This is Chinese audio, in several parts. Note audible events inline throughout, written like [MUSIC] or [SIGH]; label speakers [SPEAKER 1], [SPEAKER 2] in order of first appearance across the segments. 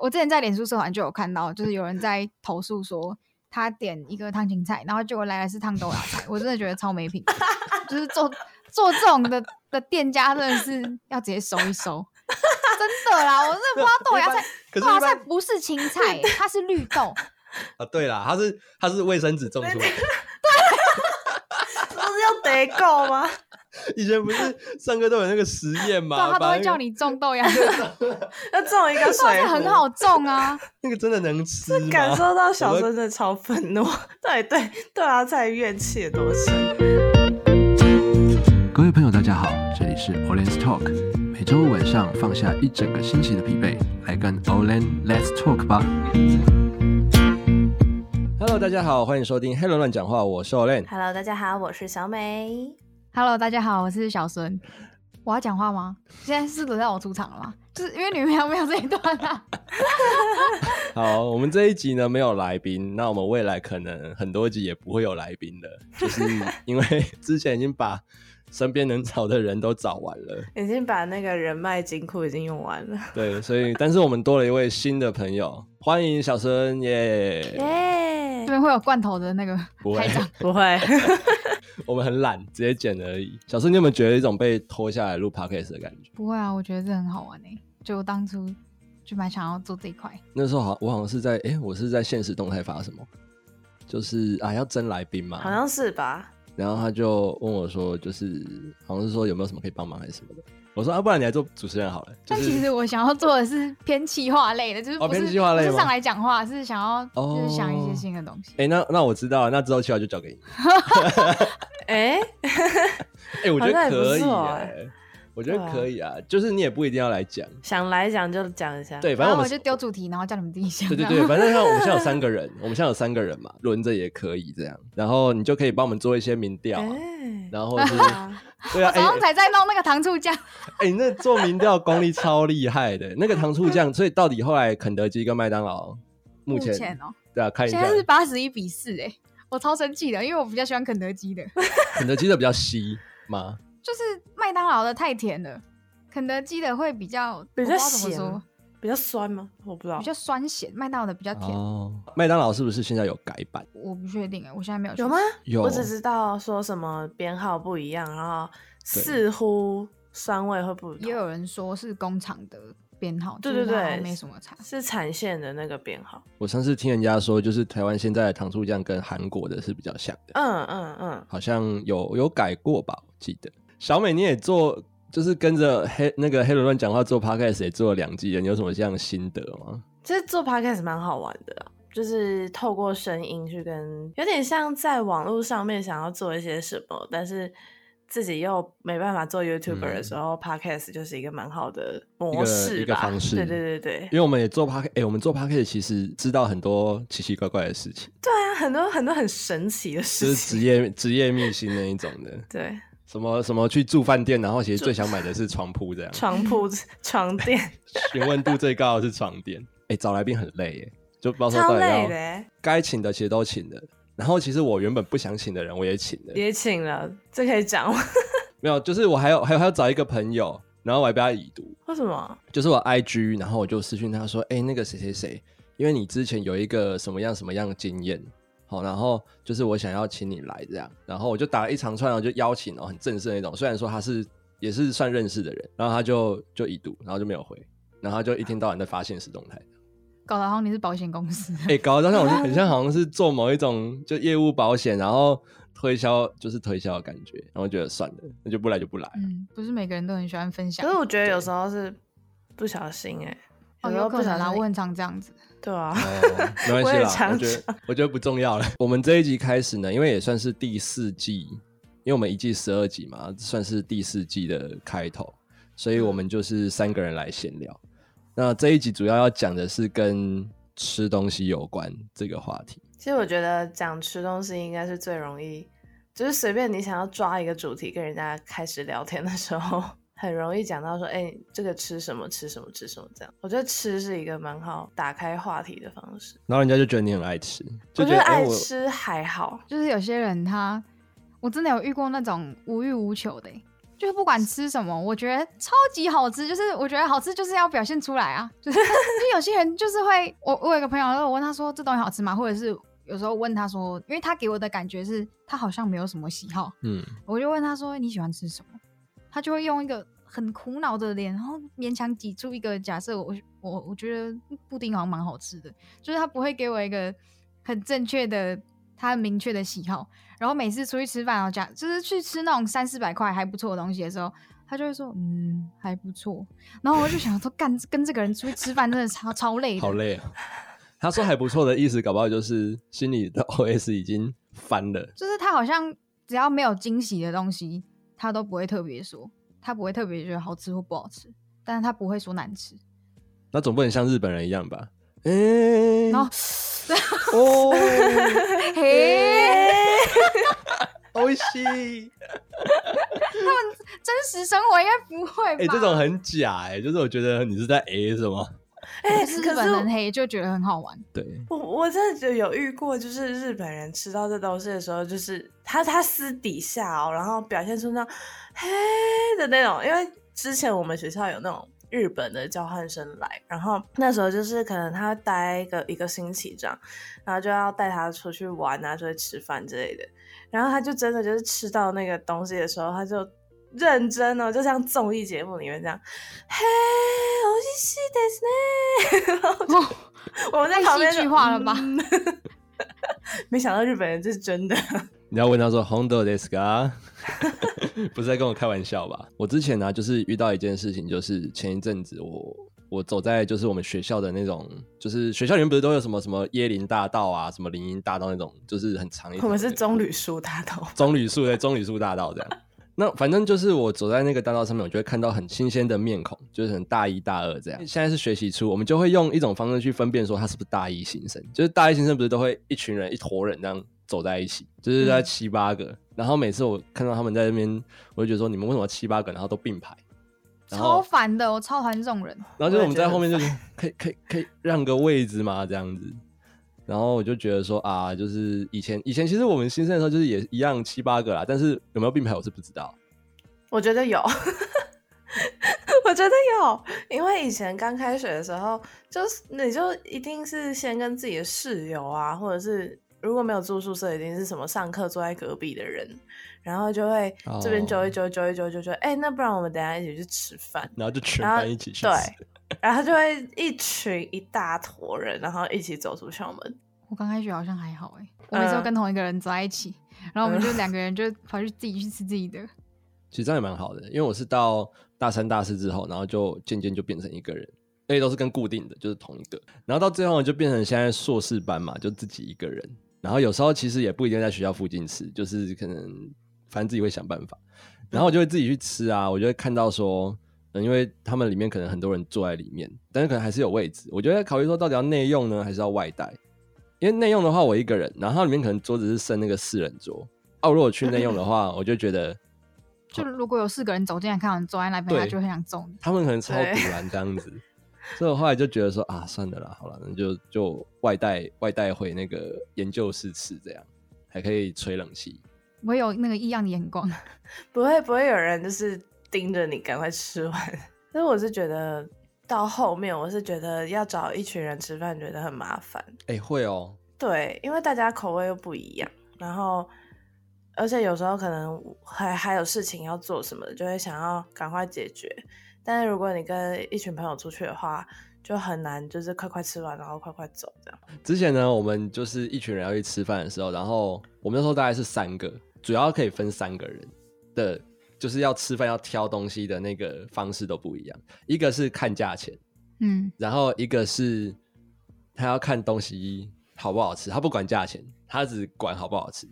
[SPEAKER 1] 我之前在脸书社团就有看到，就是有人在投诉说他点一个烫青菜，然后结果来的是烫豆芽菜，我真的觉得超没品质，就是做做这种的的店家真的是要直接收一收，真的啦，我真的不知道豆芽菜，
[SPEAKER 2] 可是
[SPEAKER 1] 豆芽
[SPEAKER 2] 一
[SPEAKER 1] 菜
[SPEAKER 2] 般
[SPEAKER 1] 不是青菜，它是绿
[SPEAKER 2] [LAUGHS]
[SPEAKER 1] 豆，
[SPEAKER 2] 啊，对啦，它是它是卫生纸种出来的。
[SPEAKER 3] 不是要得够吗？ [LAUGHS]
[SPEAKER 2] [LAUGHS] 以前不是上课都有那个实
[SPEAKER 1] 对，啊
[SPEAKER 2] 验嘛，
[SPEAKER 1] 他都
[SPEAKER 2] 把
[SPEAKER 1] 会
[SPEAKER 2] 那
[SPEAKER 1] 叫
[SPEAKER 2] 个
[SPEAKER 1] 你种豆芽菜，
[SPEAKER 3] 要种一
[SPEAKER 1] 豆
[SPEAKER 3] 个
[SPEAKER 1] 芽
[SPEAKER 3] 水
[SPEAKER 1] 菜
[SPEAKER 3] 壶
[SPEAKER 1] 很，好种啊，
[SPEAKER 2] 那个真的能吃吗？
[SPEAKER 3] 感受到小
[SPEAKER 2] 我
[SPEAKER 3] 时
[SPEAKER 2] 们
[SPEAKER 3] 候真的超愤怒， [LAUGHS] 对对对啊，在怨气有多深？
[SPEAKER 4] 各位朋友，大家好，这里是 Olen's Talk，每周五晚上放下一整个星期的疲惫，来跟 Olen Let's Talk 吧。
[SPEAKER 2] Hello，大家好，欢迎收听《黑人乱讲话》，我是 Olen。
[SPEAKER 3] Hello，大家好，我是小美。
[SPEAKER 1] Hello，大家好，我是小孙。我要讲话吗？现在是轮到我出场了吗？就是因为你们有没有这一段啊？
[SPEAKER 2] [LAUGHS] 好，我们这一集呢没有来宾，那我们未来可能很多集也不会有来宾
[SPEAKER 3] [LAUGHS]
[SPEAKER 2] 了，就是因为之前已经把身边能找的人都找完了，
[SPEAKER 3] 已经把那个人脉金库已经用完了，
[SPEAKER 2] 对，所以但是我们多了一位新的朋友，欢迎小孙耶
[SPEAKER 3] 耶
[SPEAKER 1] 这边会有罐头的那个
[SPEAKER 2] 不会
[SPEAKER 1] 开场，
[SPEAKER 3] 不会，
[SPEAKER 2] [LAUGHS] 我们很懒，直接剪而已。小孙，你有没有觉得一种被拖下来录 podcast 的感觉？
[SPEAKER 1] 不会啊，我觉得这很好玩诶、欸就当初就蛮想要做这一块，
[SPEAKER 2] 那时候好像，我好像是在，诶、我是在现实动态发什么？就是啊，要征来宾嘛，
[SPEAKER 3] [LAUGHS] 好像是 [LAUGHS] 吧？
[SPEAKER 2] 然后他就问我说，就是好像是说有没有什么可以帮忙还是什么的。我说啊，不然你来做主持人好了。就
[SPEAKER 1] 但其
[SPEAKER 2] 是
[SPEAKER 1] 实我想要做的是偏企划类的，就是
[SPEAKER 2] 哦
[SPEAKER 1] 不是、
[SPEAKER 2] 偏企划
[SPEAKER 1] 不
[SPEAKER 2] 类
[SPEAKER 1] 是
[SPEAKER 2] 吗
[SPEAKER 1] 上来讲话，是想要
[SPEAKER 2] 哦
[SPEAKER 1] 就是想一些新的东西。
[SPEAKER 2] 哎、那那我知道了，那之后计划就交给你。
[SPEAKER 3] 哎、
[SPEAKER 2] 哎、我觉
[SPEAKER 3] 好
[SPEAKER 2] 得
[SPEAKER 3] 像也不
[SPEAKER 2] 可以、
[SPEAKER 3] 错
[SPEAKER 2] 欸，我觉
[SPEAKER 3] 对
[SPEAKER 2] 得
[SPEAKER 3] 啊
[SPEAKER 2] 可以啊，就是你也不一定要来讲，
[SPEAKER 3] 想来讲就讲一下，
[SPEAKER 2] 对，反
[SPEAKER 1] 然后
[SPEAKER 2] 正我
[SPEAKER 1] 我
[SPEAKER 2] 们
[SPEAKER 1] 就丢主题，然后叫你们自己想。
[SPEAKER 2] 对对
[SPEAKER 1] 这
[SPEAKER 2] 对，
[SPEAKER 1] 样
[SPEAKER 2] 反正像我们现在有三个人，我们现在有三个人嘛，轮着也可以这样，然后你就可以帮我们做一些民调、
[SPEAKER 3] 哎、
[SPEAKER 2] 啊，然后就是
[SPEAKER 3] 啊
[SPEAKER 2] 对啊，
[SPEAKER 1] 早
[SPEAKER 2] 哎、
[SPEAKER 1] 上才在弄那个糖醋酱，
[SPEAKER 2] 哎、你那做民调功力超厉害的，那个糖醋酱，所以到底后来肯德基跟麦当劳 [LAUGHS] 目前
[SPEAKER 1] 哦、
[SPEAKER 2] 对啊，看一
[SPEAKER 1] 现
[SPEAKER 2] 下
[SPEAKER 1] 在是八十一比四诶、我超生气的，因为我比较喜欢肯德基的。 [LAUGHS]
[SPEAKER 2] 肯德基的比较稀
[SPEAKER 3] [LAUGHS]
[SPEAKER 2] 吗？
[SPEAKER 1] 就是麦当劳的太甜了，肯德基的会比较
[SPEAKER 3] 比
[SPEAKER 1] 我不
[SPEAKER 3] 较
[SPEAKER 1] 知道怎么
[SPEAKER 3] 咸
[SPEAKER 1] 说，
[SPEAKER 3] 比较酸吗？我不知道，
[SPEAKER 1] 比较酸咸，麦当劳的比较甜。
[SPEAKER 2] 哦，麦当劳是不是现在有改版？
[SPEAKER 1] 我不确定哎，我现在没有去
[SPEAKER 3] 有吗？
[SPEAKER 2] 有
[SPEAKER 3] 我只知道说什么编号不一样，然后似乎酸味会不一
[SPEAKER 1] 也有人说是工厂的编号，
[SPEAKER 3] 对
[SPEAKER 1] 就是
[SPEAKER 3] 对
[SPEAKER 1] 它好像
[SPEAKER 3] 对
[SPEAKER 1] 没什么差。
[SPEAKER 3] 是产线的那个编号。
[SPEAKER 2] 我上次听人家说，就是台湾现在的糖醋酱跟韩国的是比较像的，
[SPEAKER 3] 嗯嗯嗯，
[SPEAKER 2] 好像有有改过吧？我记得小美你也做，就是跟着黑那个黑伦乱讲话做 podcast 也做了两季了，你有什么这样的心得吗？
[SPEAKER 3] 其实做 podcast 蛮好玩的啊、就是透过声音去跟，有点像在网络上面想要做一些什么，但是自己又没办法做 YouTuber 的时候、p o d c a s t 就是一个蛮好的模式
[SPEAKER 2] 嗯一个
[SPEAKER 3] 吧，
[SPEAKER 2] 方式
[SPEAKER 3] 对对对对
[SPEAKER 2] 因，为我们也做 podcast，哎、我们做 podcast 其实知道很多奇奇怪怪的事情，
[SPEAKER 3] 对啊，很多很多很神奇的
[SPEAKER 2] 就
[SPEAKER 3] 事
[SPEAKER 2] 是职
[SPEAKER 3] 情。 [LAUGHS]
[SPEAKER 2] 业职业秘辛那一种的，
[SPEAKER 3] 对，
[SPEAKER 2] 什么什么去住饭店，然后其实最想买的是床铺这样，
[SPEAKER 3] 床
[SPEAKER 2] [LAUGHS]
[SPEAKER 3] 铺、床垫，
[SPEAKER 2] 询问度最高的是床垫。哎、找来宾很累耶，就不知道到
[SPEAKER 3] 超
[SPEAKER 2] 底
[SPEAKER 3] 累的
[SPEAKER 2] 要
[SPEAKER 3] 欸，
[SPEAKER 2] 该请的其实都请了，然后其实我原本不想请的人我也请了，
[SPEAKER 3] 也请了，这可以讲吗？ [LAUGHS]
[SPEAKER 2] 没有，就是我还有还有还要找一个朋友，然后我还被他已读，
[SPEAKER 3] 为什么？
[SPEAKER 2] 就是我 IG，然后我就私讯他说，哎、那个谁谁谁，因为你之前有一个什么样什么样的经验，好，然后就是我想要请你来这样，然后我就打了一长串，然后就邀请哦，很正式的那种，虽然说他是也是算认识的人，然后他就就已读，然后就没有回，然后他就一天到晚在发现实动态，
[SPEAKER 1] 搞得好像你是保险公司，啊
[SPEAKER 2] 哎、搞得像
[SPEAKER 3] [LAUGHS]
[SPEAKER 2] 我很像好像是做某一种就业务保险，然后推销就是推销的感觉，然后觉得算了，那就不来就不来，
[SPEAKER 1] 嗯，不是每个人都很喜欢分享
[SPEAKER 3] 可是。我觉得有时候是不小心哎、
[SPEAKER 1] 哦，
[SPEAKER 3] 时候
[SPEAKER 1] 有
[SPEAKER 3] 不
[SPEAKER 1] 可
[SPEAKER 3] 小
[SPEAKER 1] 能啦，
[SPEAKER 3] 心
[SPEAKER 1] 我很常这样子。
[SPEAKER 3] 对啊，
[SPEAKER 2] 哦，没关
[SPEAKER 3] 我
[SPEAKER 2] 系
[SPEAKER 3] 也
[SPEAKER 2] 啦，我
[SPEAKER 3] 常
[SPEAKER 2] 觉得我觉得不重要了。我们这一集开始呢，因为也算是第四季，因为我们一季十二集嘛，算是第四季的开头，所以我
[SPEAKER 3] 嗯
[SPEAKER 2] 们就是三个人来闲聊。那这一集主要要讲的是跟吃东西有关这个话题。
[SPEAKER 3] 其实我觉得讲吃东西应该是最容易，就是随便你想要抓一个主题跟人家开始聊天的时候， [LAUGHS] 很容易讲到说，哎、这个吃什么吃什么吃什么这样。我觉得吃是一个蛮好打开话题的方式。
[SPEAKER 2] 然后人家就觉得你很爱吃，就
[SPEAKER 3] 我觉得
[SPEAKER 2] 哎
[SPEAKER 3] 爱
[SPEAKER 2] 我
[SPEAKER 3] 吃还好，
[SPEAKER 1] 就是有些人他，我真的有遇过那种无欲无求的欸、就是不管吃什么，我觉得超级好吃。就是我觉得好吃就是要表现出来啊，就是 [LAUGHS] 就有些人就是会，我我有一个朋友，我问他说这东西好吃吗？或者是有时候问他说，因为他给我的感觉是他好像没有什么喜好，
[SPEAKER 2] 嗯，
[SPEAKER 1] 我就问他说你喜欢吃什么，他就会用一个很苦恼的脸，然后勉强挤出一个假设我，我我觉得布丁好像蛮好吃的，就是他不会给我一个很正确的他明确的喜好，然后每次出去吃饭，然后哦假就是去吃那种三四百块还不错的东西的时候。他就会说，嗯，还不错。然后我就想说，干跟这个人出去吃饭真的超超累的，
[SPEAKER 2] 好累啊。他说还不错的意思，搞不好就是心里的 [LAUGHS] OS 已经翻了。
[SPEAKER 1] 就是他好像只要没有惊喜的东西，他都不会特别说，他不会特别觉得好吃或不好吃，但是他不会说难
[SPEAKER 3] [LAUGHS]
[SPEAKER 1] 吃。
[SPEAKER 2] 那总不能像日本人一样吧？哎、
[SPEAKER 1] 然后，
[SPEAKER 2] 哦，
[SPEAKER 1] 嘿，
[SPEAKER 2] [LAUGHS] 欧西，
[SPEAKER 1] 真实生活应该不会吧？
[SPEAKER 2] 哎，这种很假哎、就是我觉得你是在 A 什么？
[SPEAKER 3] 哎、
[SPEAKER 1] 就是
[SPEAKER 3] [LAUGHS] 可
[SPEAKER 1] 日
[SPEAKER 3] 是
[SPEAKER 1] 本
[SPEAKER 3] 我
[SPEAKER 1] 人黑就觉得很好玩，
[SPEAKER 2] 对，
[SPEAKER 3] 我我真的就有遇过，就是日本人吃到这东西的时候，就是他他私底下哦，然后表现出那种嘿的那种，因为之前我们学校有那种日本的交换生来，然后那时候就是可能他待一个一个星期这样，然后就要带他出去玩啊，就会吃饭之类的，然后他就真的就是吃到那个东西的时候，他就。认真哦，就像综艺节目里面这样，嘿，我是西的呢，
[SPEAKER 2] [LAUGHS]
[SPEAKER 3] 然后就 [LAUGHS] 我们在旁边
[SPEAKER 1] 太戏剧
[SPEAKER 3] 就
[SPEAKER 1] 化了吧
[SPEAKER 3] 嗯 [LAUGHS] 没想到日本人这是真的，
[SPEAKER 2] 你要问他说 “Hondo desu ga”，不是在跟我开玩笑吧？我之前呢、就是遇到一件事情，就是前一阵子我我走在就是我们学校的那种，就是学校里面不是都有什么什么椰林大道啊，什么林荫大道那种，就是很长一条那个。
[SPEAKER 3] [LAUGHS] 我们是棕榈树大头。
[SPEAKER 2] 棕榈树对棕榈树大道这样。那反正就是我走在那个大道上面，我就会看到很新鲜的面孔，就是很大一、大二这样。现在是学习初，我们就会用一种方式去分辨说他是不是大一新生。就是大一新生不是都会一群人、一坨人这样走在一起，就是在七八个。然后每次我看到他们在那边，我就觉得说你们为什么七八个，然后都并排？然
[SPEAKER 1] 超
[SPEAKER 2] 后，
[SPEAKER 1] 烦的，我超烦这种人。
[SPEAKER 2] 然后就是
[SPEAKER 3] 我也
[SPEAKER 2] 我们在
[SPEAKER 3] 觉得
[SPEAKER 2] 后面就
[SPEAKER 3] 很
[SPEAKER 2] 是可以可以可以让个位置吗？这样子。然后我就觉得说啊，就是以前以前其实我们新生的时候就是也一样七八个啦，但是有没有并排我是不知道。
[SPEAKER 3] 我觉得有， [LAUGHS] 我觉得有，因为以前刚开学的时候，就是你就一定是先跟自己的室友啊，或者是如果没有住宿舍，一定是什么上课坐在隔壁的人，然后就会
[SPEAKER 2] 哦
[SPEAKER 3] 这边揪一揪揪一揪揪揪，哎、那不然我们等一下一起去吃饭， [LAUGHS]
[SPEAKER 2] 然后就全
[SPEAKER 3] 然后
[SPEAKER 2] 班一起去
[SPEAKER 3] 对
[SPEAKER 2] 吃。
[SPEAKER 3] 然后就会一群一大坨人，然后一起走出校门。
[SPEAKER 1] 我刚开学好像还好哎、我每次都
[SPEAKER 3] 嗯
[SPEAKER 1] 跟同一个人走在一起，然后我们就两个人就跑去自己去吃自己的。
[SPEAKER 2] 其实这样也蛮好的，因为我是到大三、大四之后，然后就渐渐就变成一个人，而且都是跟固定的，就是同一个。然后到最后就变成现在硕士班嘛，就自己一个人。然后有时候其实也不一定在学校附近吃，就是可能反正自己会想办法。然后我就会自己去吃啊，我就会看到说，嗯，因为他们里面可能很多人坐在里面，但是可能还是有位置。我就在考虑说，到底要内用呢，还是要外带？因为内用的话，我一个人，然后它里面可能桌子是剩那个四人桌。哦、如果去内用的话，我就觉得
[SPEAKER 1] 就如果有四个人走进来，看到你坐在那边，
[SPEAKER 2] 对
[SPEAKER 1] 他就会想揍你。
[SPEAKER 2] 他们可能超
[SPEAKER 3] 对
[SPEAKER 2] 堵然这样子，所以我后来就觉得说啊，算了啦，好了，那就就外带外带回那个研究室吃，这样还可以吹冷气。
[SPEAKER 1] 我有那个异样的眼
[SPEAKER 3] [LAUGHS]
[SPEAKER 1] 光，
[SPEAKER 3] 不会不会有人就是盯着你赶快吃完。 [LAUGHS] 但是我是觉得到后面，我是觉得要找一群人吃饭觉得很麻烦，
[SPEAKER 2] 哎、会哦，
[SPEAKER 3] 对，因为大家口味又不一样，然后而且有时候可能还还有事情要做什么的，就会想要赶快解决。但是如果你跟一群朋友出去的话，就很难，就是快快吃完，然后快快走这样。
[SPEAKER 2] 之前呢，我们就是一群人要去吃饭的时候，然后我们那时候大概是三个，主要可以分三个人的，就是要吃饭要挑东西的那个方式都不一样，一个是看价钱，
[SPEAKER 1] 嗯，
[SPEAKER 2] 然后一个是他要看东西好不好吃，他不管价钱，他只管好不好吃。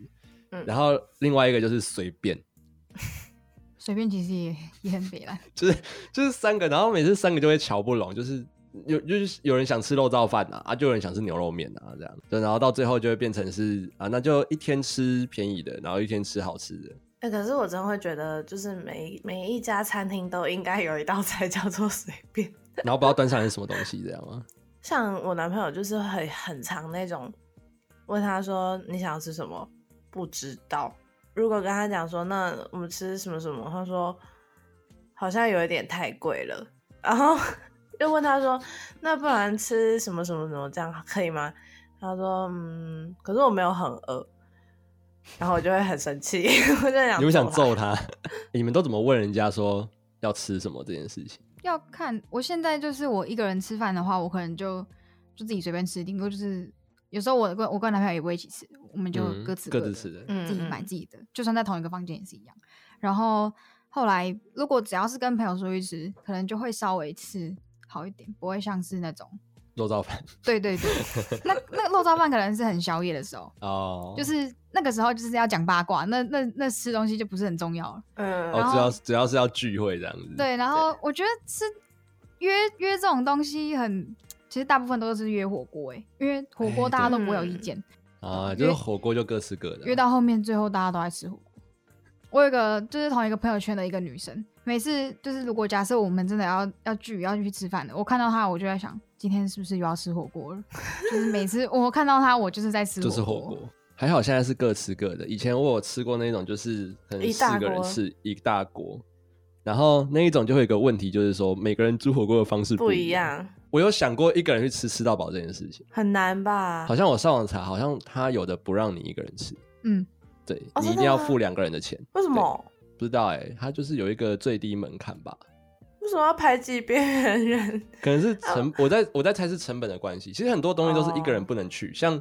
[SPEAKER 3] 嗯
[SPEAKER 2] 然后另外一个就是随便，
[SPEAKER 1] 随便其实也也很北蓝。
[SPEAKER 2] 就是就是三个，然后每次三个就会瞧不拢，就是有就是有人想吃肉燥饭啊，啊就有人想吃牛肉面啊，这样，就然后到最后就会变成是啊，那就一天吃便宜的，然后一天吃好吃的，
[SPEAKER 3] 哎、可是我真的会觉得，就是每一每一家餐厅都应该有一道菜叫做随便。
[SPEAKER 2] 然后不知道端上来是什么东西，这样吗？
[SPEAKER 3] 像我男朋友就是很很常那种，问他说你想要吃什么，不知道。如果跟他讲说那我们吃什么什么，他说好像有一点太贵了，然后 [LAUGHS] 又问他说，那不然吃什么什么什么这样可以吗？他说，嗯，可是我没有很饿，然后我就会很生气， [LAUGHS] 我就想，
[SPEAKER 2] 你们想揍？他？你们都怎么问人家说要吃什么这件事情？
[SPEAKER 1] 要看我现在就是我一个人吃饭的话，我可能就就自己随便吃，顶多就是有时候我跟我跟男朋友也不会一起吃，我们就
[SPEAKER 2] 嗯
[SPEAKER 1] 各吃
[SPEAKER 2] 各
[SPEAKER 1] 的
[SPEAKER 2] 自吃的
[SPEAKER 3] 嗯
[SPEAKER 1] 自己买
[SPEAKER 3] 嗯
[SPEAKER 1] 自己的，就算在同一个房间也是一样。然后后来如果只要是跟朋友出去吃，可能就会稍微吃好一点，不会像是那种
[SPEAKER 2] 肉燥饭
[SPEAKER 1] 对对
[SPEAKER 2] [LAUGHS]
[SPEAKER 1] 对，那那肉燥饭可能是很宵夜的时候，
[SPEAKER 2] 哦，
[SPEAKER 1] 就是那个时候就是要讲八卦，那那那吃东西就不是很重要了。
[SPEAKER 3] 嗯，
[SPEAKER 1] 然
[SPEAKER 2] 哦，
[SPEAKER 1] 后
[SPEAKER 2] 只要只要是要聚会这样子，
[SPEAKER 1] 对，然后我觉得吃约约这种东西很，其实大部分都是约火锅哎、因为火
[SPEAKER 2] 哎
[SPEAKER 1] 锅大家都不会有意
[SPEAKER 3] 对
[SPEAKER 1] 见，
[SPEAKER 2] 啊，
[SPEAKER 3] 嗯
[SPEAKER 1] 约
[SPEAKER 2] 就是火锅就各吃各的，啊
[SPEAKER 1] 约到后面最后大家都在吃火锅。我有一个就是同一个朋友圈的一个女生，每次就是如果假设我们真的要要聚要去吃饭的，我看到她我就在想，今天是不是又要吃火锅了？ [LAUGHS] 就是每次我看到她，我就是在吃
[SPEAKER 2] 就是火锅。还好现在是各吃各的，以前我有吃过那种，就是可能
[SPEAKER 3] 一
[SPEAKER 2] 四
[SPEAKER 3] 大
[SPEAKER 2] 个人
[SPEAKER 3] 锅
[SPEAKER 2] 吃一大锅，然后那一种就会有一个问题，就是说每个人煮火锅的方式
[SPEAKER 3] 不
[SPEAKER 2] 一
[SPEAKER 3] 一。样，
[SPEAKER 2] 我有想过一个人去吃吃到饱这件事情，
[SPEAKER 3] 很难吧？
[SPEAKER 2] 好像我上网查，好像他有的不让你一个人吃，
[SPEAKER 1] 嗯，
[SPEAKER 2] 对
[SPEAKER 3] 哦
[SPEAKER 2] 你
[SPEAKER 3] 真
[SPEAKER 2] 一定
[SPEAKER 3] 的
[SPEAKER 2] 要
[SPEAKER 3] 吗
[SPEAKER 2] 付两个人的钱，
[SPEAKER 3] 为什么？
[SPEAKER 2] 不知道哎、欸，他就是有一个最低门槛吧，
[SPEAKER 3] 为什么要排挤边缘人？
[SPEAKER 2] 可能是
[SPEAKER 1] 哦
[SPEAKER 2] 成，我在我在猜是成本的关系。其实很多东西都是一个人不能去，像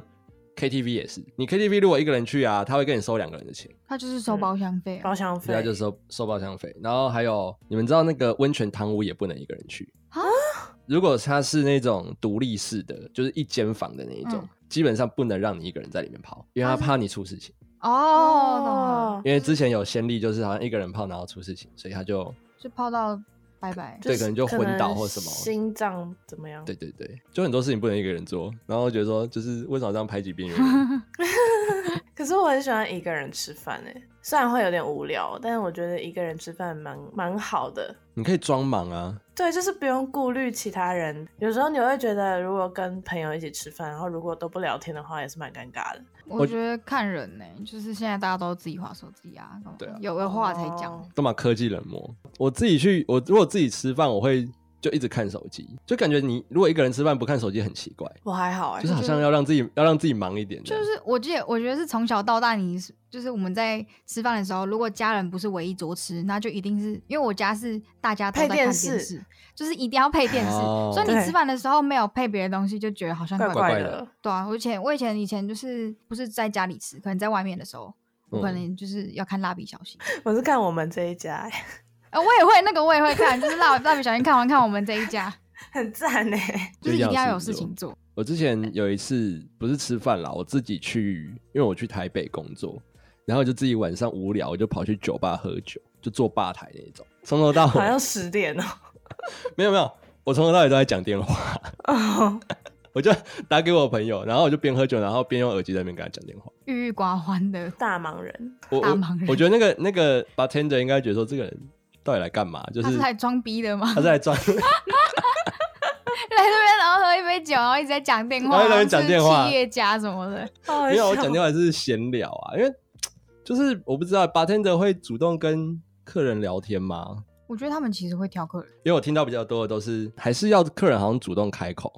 [SPEAKER 2] KTV 也是，你 KTV 如果一个人去啊，他会跟你收两个人的钱，
[SPEAKER 1] 她就是收
[SPEAKER 3] 嗯
[SPEAKER 1] 包厢费啊
[SPEAKER 3] 包厢
[SPEAKER 2] 人家
[SPEAKER 3] 费
[SPEAKER 2] 就收收包厢费。然后还有，你们知道那个温泉汤屋也不能一个人去
[SPEAKER 1] 啊
[SPEAKER 2] 如果它是那种独立式的，就是一间房的那一种，
[SPEAKER 1] 嗯
[SPEAKER 2] 基本上不能让你一个人在里面泡，因为他怕你出事情。
[SPEAKER 1] 哦，懂了，
[SPEAKER 2] 因为之前有先例，就是好像一个人泡然后出事情，所以他就
[SPEAKER 1] 就泡到拜拜。 [LAUGHS]
[SPEAKER 2] 对可能就昏倒或什么
[SPEAKER 3] 心脏怎么样？
[SPEAKER 2] 对对对，就很多事情不能一个人做。然后觉得说，就是为什么这样排挤边缘人？
[SPEAKER 1] [LAUGHS]
[SPEAKER 3] 可是我很喜欢一个人吃饭诶，虽然会有点无聊，但是我觉得一个人吃饭蛮蛮好的。
[SPEAKER 2] 你可以装忙啊，
[SPEAKER 3] 对，就是不用顾虑其他人。有时候你会觉得，如果跟朋友一起吃饭，然后如果都不聊天的话，也是蛮尴尬的。
[SPEAKER 1] 我觉得看人呢、就是现在大家都自己划手机啊，干嘛
[SPEAKER 2] 对啊
[SPEAKER 1] 有的话才讲。
[SPEAKER 3] 哦
[SPEAKER 2] 都嘛科技冷漠。我自己去，我如果自己吃饭，我会就一直看手机，就感觉你如果一个人吃饭不看手机很奇怪，
[SPEAKER 3] 我还好哎、
[SPEAKER 2] 就是好像要让自己要让自己忙一点这
[SPEAKER 1] 就
[SPEAKER 2] 样。
[SPEAKER 1] 是我记得，我觉得是从小到大你，是就是我们在吃饭的时候，如果家人不是唯一桌吃，那就一定是因为我家是大家都在
[SPEAKER 3] 配
[SPEAKER 1] 看电
[SPEAKER 3] 电
[SPEAKER 1] 视，
[SPEAKER 3] 视
[SPEAKER 1] 就是一定要配电视，
[SPEAKER 2] 哦
[SPEAKER 1] 所以你
[SPEAKER 3] 对
[SPEAKER 1] 吃饭的时候没有配别的东西，就觉得好像怪
[SPEAKER 3] 怪
[SPEAKER 1] 怪
[SPEAKER 2] 怪的
[SPEAKER 3] 的。
[SPEAKER 1] 对啊，我以前我以前以前就是不是在家里吃，可能在外面的时候，我可
[SPEAKER 2] 嗯
[SPEAKER 1] 能就是要看蜡笔小新。
[SPEAKER 3] 我是看我们这一家、欸，
[SPEAKER 1] 呃，我也会那个我也会看，就是蜡蜡笔小新看完看我们这一家，
[SPEAKER 3] 很赞哎、
[SPEAKER 2] [LAUGHS]
[SPEAKER 1] 就是一定要有事
[SPEAKER 2] 就一定要有事情
[SPEAKER 1] 情做。
[SPEAKER 2] 我之前有一次不是吃饭啦，我自己去，因为我去台北工作，然后就自己晚上无聊，我就跑去酒吧喝酒，就坐吧台那种，从头到
[SPEAKER 3] 好
[SPEAKER 1] 哎
[SPEAKER 2] 尾
[SPEAKER 3] 像十点哦、
[SPEAKER 2] 没有没有，我从头到尾都在讲电话，
[SPEAKER 3] 哦，
[SPEAKER 2] 我就打给我朋友，然后我就边喝酒，然后边用耳机在那边跟他讲电话。
[SPEAKER 1] 郁郁寡欢的
[SPEAKER 3] 大忙人，
[SPEAKER 2] 我
[SPEAKER 1] 大
[SPEAKER 2] 我
[SPEAKER 1] 忙 [LAUGHS] 人
[SPEAKER 2] 我觉得那个那个 bartender 应该觉得说这个人到底来干嘛？就
[SPEAKER 1] 他
[SPEAKER 2] 是
[SPEAKER 1] 是来装逼的吗？ [LAUGHS]
[SPEAKER 2] 他是来装，
[SPEAKER 1] 来这边，然后喝一杯酒，然后一直在讲电话，
[SPEAKER 2] 然后在那边讲电话
[SPEAKER 1] 是企业家什么的，
[SPEAKER 3] 好好
[SPEAKER 2] 没有我
[SPEAKER 3] 笑
[SPEAKER 2] 讲电话是闲聊啊，因为就是我不知道 bartender 会主动跟客人聊天吗？
[SPEAKER 1] 我觉得他们其实会挑客人，
[SPEAKER 2] 因为我听到比较多的都是还是要客人好像主动开口，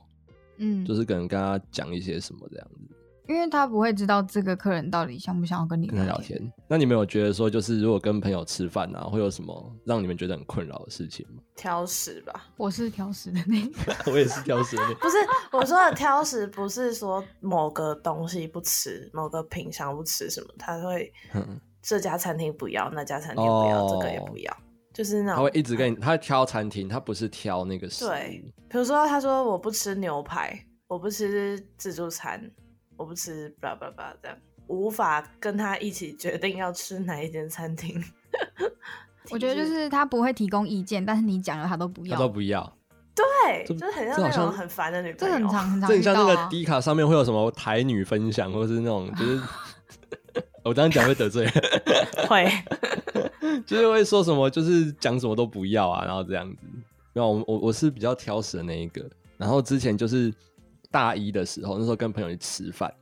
[SPEAKER 1] 嗯，
[SPEAKER 2] 就是可能跟他讲一些什么这样子
[SPEAKER 1] 因为他不会知道这个客人到底想不想要跟你
[SPEAKER 2] 跟他聊天。那你们有觉得说就是如果跟朋友吃饭啊，会有什么让你们觉得很困扰的事
[SPEAKER 3] [LAUGHS]
[SPEAKER 2] 情吗？
[SPEAKER 3] 挑食吧。
[SPEAKER 1] 我是挑食的那
[SPEAKER 2] [LAUGHS]
[SPEAKER 1] 个，
[SPEAKER 2] 我也是挑食的
[SPEAKER 3] [LAUGHS]
[SPEAKER 2] 那种，
[SPEAKER 3] 不是我说的挑食，不是说某个东西不吃，某个品相不吃什么，他会
[SPEAKER 2] 嗯
[SPEAKER 3] 这家餐厅不要，那家餐厅不要，这个也
[SPEAKER 2] 哦
[SPEAKER 3] 不要，就是那
[SPEAKER 2] 他
[SPEAKER 3] 种
[SPEAKER 2] 会一直跟你，他挑餐厅，他不是挑那个食物。
[SPEAKER 3] 对，比如说他说我不吃牛排，我不吃自助餐，我不吃 blah blah blah 这样，无法跟他一起决定要吃哪一间餐
[SPEAKER 2] [LAUGHS]
[SPEAKER 3] 厅。
[SPEAKER 1] 我觉得就是他不会提供意见，但是你讲了他都不
[SPEAKER 2] 他
[SPEAKER 1] 要，
[SPEAKER 2] 都不要。
[SPEAKER 3] 对，
[SPEAKER 2] 这
[SPEAKER 3] 就是很
[SPEAKER 2] 这
[SPEAKER 3] 像
[SPEAKER 2] 好
[SPEAKER 3] 那种
[SPEAKER 2] 像
[SPEAKER 3] 很烦的女
[SPEAKER 1] 这
[SPEAKER 3] 朋友。
[SPEAKER 1] 很常很常
[SPEAKER 2] 这很
[SPEAKER 1] 遇
[SPEAKER 2] 像
[SPEAKER 1] 到
[SPEAKER 2] 那
[SPEAKER 1] 啊
[SPEAKER 2] 个。D 卡上面会有什么台女分享，或是那种就是
[SPEAKER 1] [LAUGHS]
[SPEAKER 2] 我这样讲会得罪人，
[SPEAKER 3] 会，
[SPEAKER 2] 就是会说什么就是讲什么都不要啊，然后这样子。然后我我我是比较挑食的那一个。然后之前就是大一的时候，那时候跟朋友去吃饭，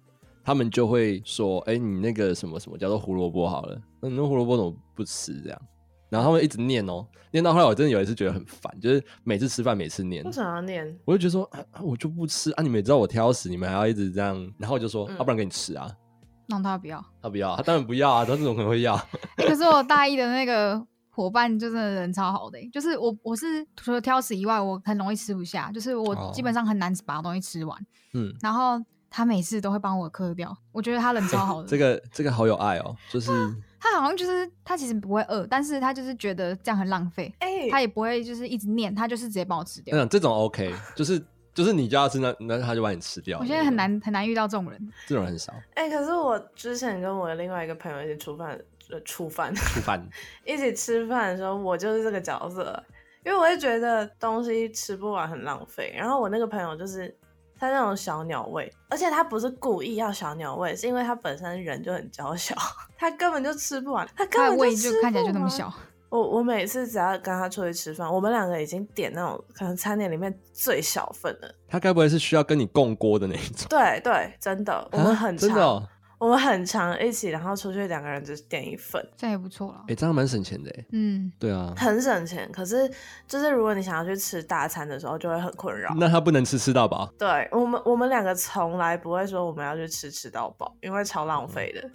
[SPEAKER 2] 他们就会说：“哎、你那个什么什么叫做胡萝卜好了，那你那胡萝卜怎么不吃？”这样，然后他们一直念哦，念到后来我真的有一次觉得很烦，就是每次吃饭每次念
[SPEAKER 3] [LAUGHS] 为，什么要念？
[SPEAKER 2] 我就觉得说、啊、啊我就不吃啊，你们也知道我挑食，你们还要一直这样，然后我就说，要、
[SPEAKER 3] 嗯
[SPEAKER 2] 不然给你吃啊，
[SPEAKER 1] 让他不要。 [LAUGHS]
[SPEAKER 2] 他不要，他当然不要啊，他这种可能会要，
[SPEAKER 1] 欸可是我大一的那个伙伴就真的人超好的欸、就是我我是除了挑食以外，我很容易吃不下，就是
[SPEAKER 2] 哦
[SPEAKER 1] 我基本上很难把东西吃完。
[SPEAKER 2] 嗯，
[SPEAKER 1] 然后他每次都会帮我嗑掉，我觉得他人超好的。
[SPEAKER 2] 这个这个好有爱哦，就是
[SPEAKER 1] 他好像就是他其实不会饿，但是他就是觉得这样很浪费，
[SPEAKER 3] 哎、
[SPEAKER 1] 他也不会就是一直念，他就是直接帮我吃
[SPEAKER 2] 那
[SPEAKER 1] 掉。
[SPEAKER 2] 种这种 OK，就是就是你叫他吃那那他就把你吃掉，
[SPEAKER 1] 我现在很，难很难遇到这种人，
[SPEAKER 2] 这种人很少，
[SPEAKER 3] 哎、可是我之前跟我另外一个朋友一起出饭，呃，出饭
[SPEAKER 2] 不饭
[SPEAKER 3] 一起吃饭的时候，我就是这个角色，因为我会觉得东西吃不完很浪费。然后我那个朋友就是他那种小鸟胃，而且他不是故意要小鸟胃，是因为他本身人就很娇小，他根本就吃不完，他根
[SPEAKER 1] 他的
[SPEAKER 3] 本
[SPEAKER 1] 胃
[SPEAKER 3] 吃
[SPEAKER 1] 就
[SPEAKER 3] 不完。
[SPEAKER 1] 看起来就那么
[SPEAKER 3] [LAUGHS]
[SPEAKER 1] 小。
[SPEAKER 3] 我我每次只要跟他出去吃饭，我们两个已经点那种可能餐点里面最小份的，
[SPEAKER 2] 他该不会是需要跟你共锅的那一
[SPEAKER 1] [LAUGHS]
[SPEAKER 2] 种？
[SPEAKER 3] 对对，真的，我
[SPEAKER 2] 啊
[SPEAKER 3] 们很常，
[SPEAKER 2] 真的、哦，
[SPEAKER 3] 我们很常一起，然后出去两个人只点一份，
[SPEAKER 1] 这样也不错了
[SPEAKER 2] 哎、。这样蛮省钱的哎。
[SPEAKER 1] 嗯，
[SPEAKER 2] 对啊，
[SPEAKER 3] 很省钱。可是就是如果你想要去吃大餐的时候，就会很困扰。
[SPEAKER 2] 那他不能吃吃到饱，
[SPEAKER 3] 对我们，我们两个从来不会说我们要去吃吃到饱，因为超浪费的。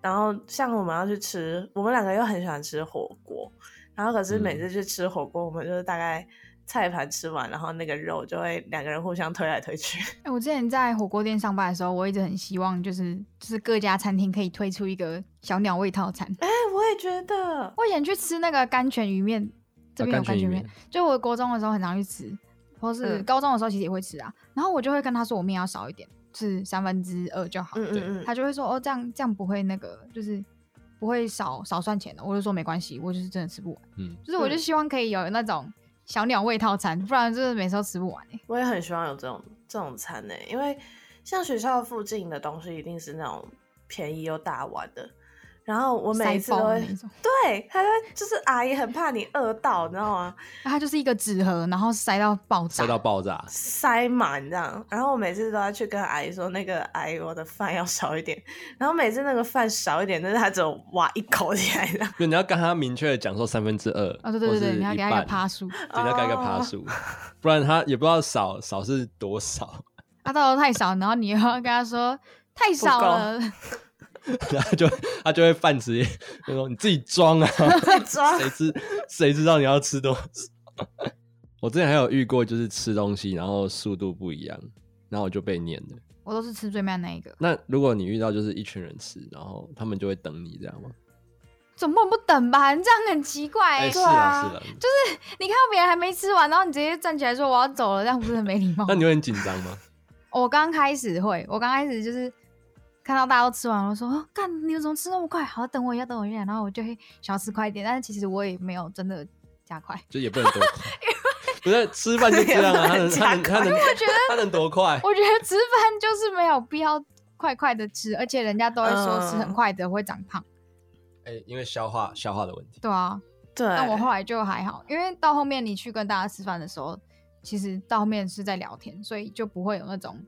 [SPEAKER 3] 然后像我们要去吃，我们两个又很喜欢吃火锅，然后可是每次去吃火锅，我们就是大概菜盘吃完，然后那个肉就会两个人互相推来推去。
[SPEAKER 1] 哎、我之前在火锅店上班的时候，我一直很希望就是就是各家餐厅可以推出一个小鸟胃套餐。
[SPEAKER 3] 哎，我也觉得，
[SPEAKER 1] 我以前去吃那个甘泉鱼面，这边有甘泉
[SPEAKER 2] 干里
[SPEAKER 1] 鱼面
[SPEAKER 2] 面，，
[SPEAKER 1] 就我国中的时候很常去吃，或是
[SPEAKER 3] 嗯
[SPEAKER 1] 高中的时候其实也会吃啊。然后我就会跟他说我面要少一点，是三分之二就好。
[SPEAKER 3] 嗯
[SPEAKER 2] 对
[SPEAKER 3] 嗯嗯，
[SPEAKER 1] 他就会说哦，这样这样不会那个，就是不会少少算钱的。我就说没关系，我就是真的吃不完。
[SPEAKER 2] 嗯，
[SPEAKER 1] 就是我就
[SPEAKER 3] 嗯
[SPEAKER 1] 希望可以有那种小鸟胃套餐，不然就是每次都吃不完、欸、
[SPEAKER 3] 我也很希望有这种这种餐呢、因为像学校附近的东西一定是那种便宜又大碗的。然后我每一次
[SPEAKER 1] 塞
[SPEAKER 3] 都
[SPEAKER 1] 爆的
[SPEAKER 3] 会
[SPEAKER 1] 那，种。
[SPEAKER 3] 对，他会就是阿姨很怕你饿到，你知道吗？
[SPEAKER 1] 啊它就是一个纸盒，然后塞到爆炸，
[SPEAKER 2] 塞到爆炸，
[SPEAKER 3] 塞满这样。然后我每次都要去跟阿姨说，那个阿姨我的饭要少一点。然后每次那个饭少一点，但是她只有挖一口起来的。
[SPEAKER 2] 就你要跟他明确的讲说三分之二，
[SPEAKER 1] 哦，对对对
[SPEAKER 2] 或
[SPEAKER 1] 对，
[SPEAKER 2] 是
[SPEAKER 1] 你要给他一
[SPEAKER 2] 一
[SPEAKER 1] 个
[SPEAKER 2] 半
[SPEAKER 1] 趴数，
[SPEAKER 2] 对你要
[SPEAKER 3] 哦
[SPEAKER 2] 给他一个趴数， [LAUGHS] 不然他也不知道少少是多少， [LAUGHS]
[SPEAKER 1] 他啊到时候太少，然后你又要跟他说太少
[SPEAKER 3] 够
[SPEAKER 1] 了，
[SPEAKER 2] 然后他就他就会饭直接就说你自己装 [LAUGHS] 啊，
[SPEAKER 3] 在抓
[SPEAKER 2] 谁知谁知道你要吃多少？ [LAUGHS] 我之前还有遇过，就是吃东西然后速度不一样，然后我就被念了。
[SPEAKER 1] 我都是吃最慢那一个，
[SPEAKER 2] 那如果你遇到就是一群人吃，然后他们就会等你，这样吗？
[SPEAKER 1] 总不能不等吧？你这样很奇怪、欸，
[SPEAKER 2] 是啊是啊，就是
[SPEAKER 1] 你看到别人还没吃完，然后你直接站起来说我要走了，这样不是很没礼
[SPEAKER 2] [LAUGHS]
[SPEAKER 1] 貌吗哦
[SPEAKER 2] 那？你会很紧张吗？
[SPEAKER 1] 我刚开始会，我刚开始就是看到大家都吃完，我说哦干、你们怎么吃那么快？好，等我一下，等我一下，然后我就会想要吃快一点，但是其实我也没有真的加
[SPEAKER 2] [LAUGHS]
[SPEAKER 1] 快，
[SPEAKER 2] 就也不能多快，不是吃饭就这样啊，他 [LAUGHS] 能他能他能他能多快？
[SPEAKER 1] 我觉得吃饭就是没有必要快快的吃，而且人家都会说吃
[SPEAKER 2] 嗯
[SPEAKER 1] 很快的会长胖，
[SPEAKER 2] 哎、因为消化消化的问题，
[SPEAKER 1] 对啊。
[SPEAKER 3] 对，
[SPEAKER 1] 但我后来就还好，因为到后面你去跟大家吃饭的时候，其实到后面是在聊天，所以就不会有那种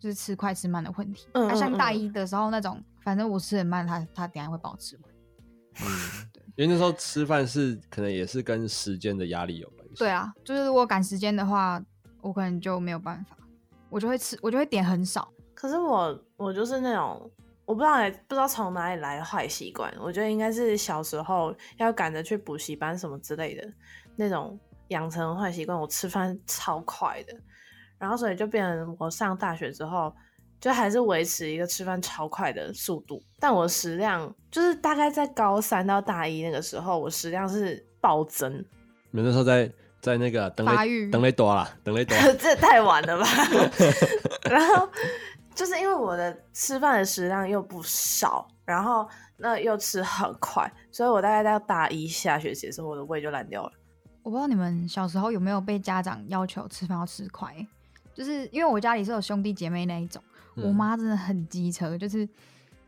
[SPEAKER 1] 就是吃快吃慢的问题。
[SPEAKER 3] 嗯
[SPEAKER 1] 啊像
[SPEAKER 3] 嗯
[SPEAKER 1] 大
[SPEAKER 3] 嗯
[SPEAKER 1] 一的时候那种，反正我吃很慢，他他等一下会帮我吃完。
[SPEAKER 2] 嗯，因为那时候吃饭是可能也是跟时间的压力有关系。
[SPEAKER 1] 对，啊，就是如果赶时间的话，我可能就没有办法，我就会吃，我就会点很少。
[SPEAKER 3] 可是我我就是那种我不知道也不知道从哪里来的坏习惯，我觉得应该是小时候要赶着去补习班什么之类的那种养成的坏习惯。我吃饭超快的，然后所以就变成我上大学之后。就还是维持一个吃饭超快的速度，但我食量就是大概在高三到大一那个时候，我食量是暴增，
[SPEAKER 2] 你们那时候在在那个啊等
[SPEAKER 1] 发
[SPEAKER 2] 雷
[SPEAKER 1] 育
[SPEAKER 2] 等雷多啦，等雷
[SPEAKER 1] [LAUGHS]
[SPEAKER 2] 多
[SPEAKER 3] [LAUGHS] 这也太晚了吧？然后就是因为我的吃饭的食量又不少，然后那又吃很快，所以我大概到大一下学期的时候，我的胃就烂掉了。
[SPEAKER 1] 我不知道你们小时候有没有被家长要求吃饭要吃快、就是因为我家里是有兄弟姐妹那一种，我
[SPEAKER 2] 嗯
[SPEAKER 1] 妈真的很机车，就是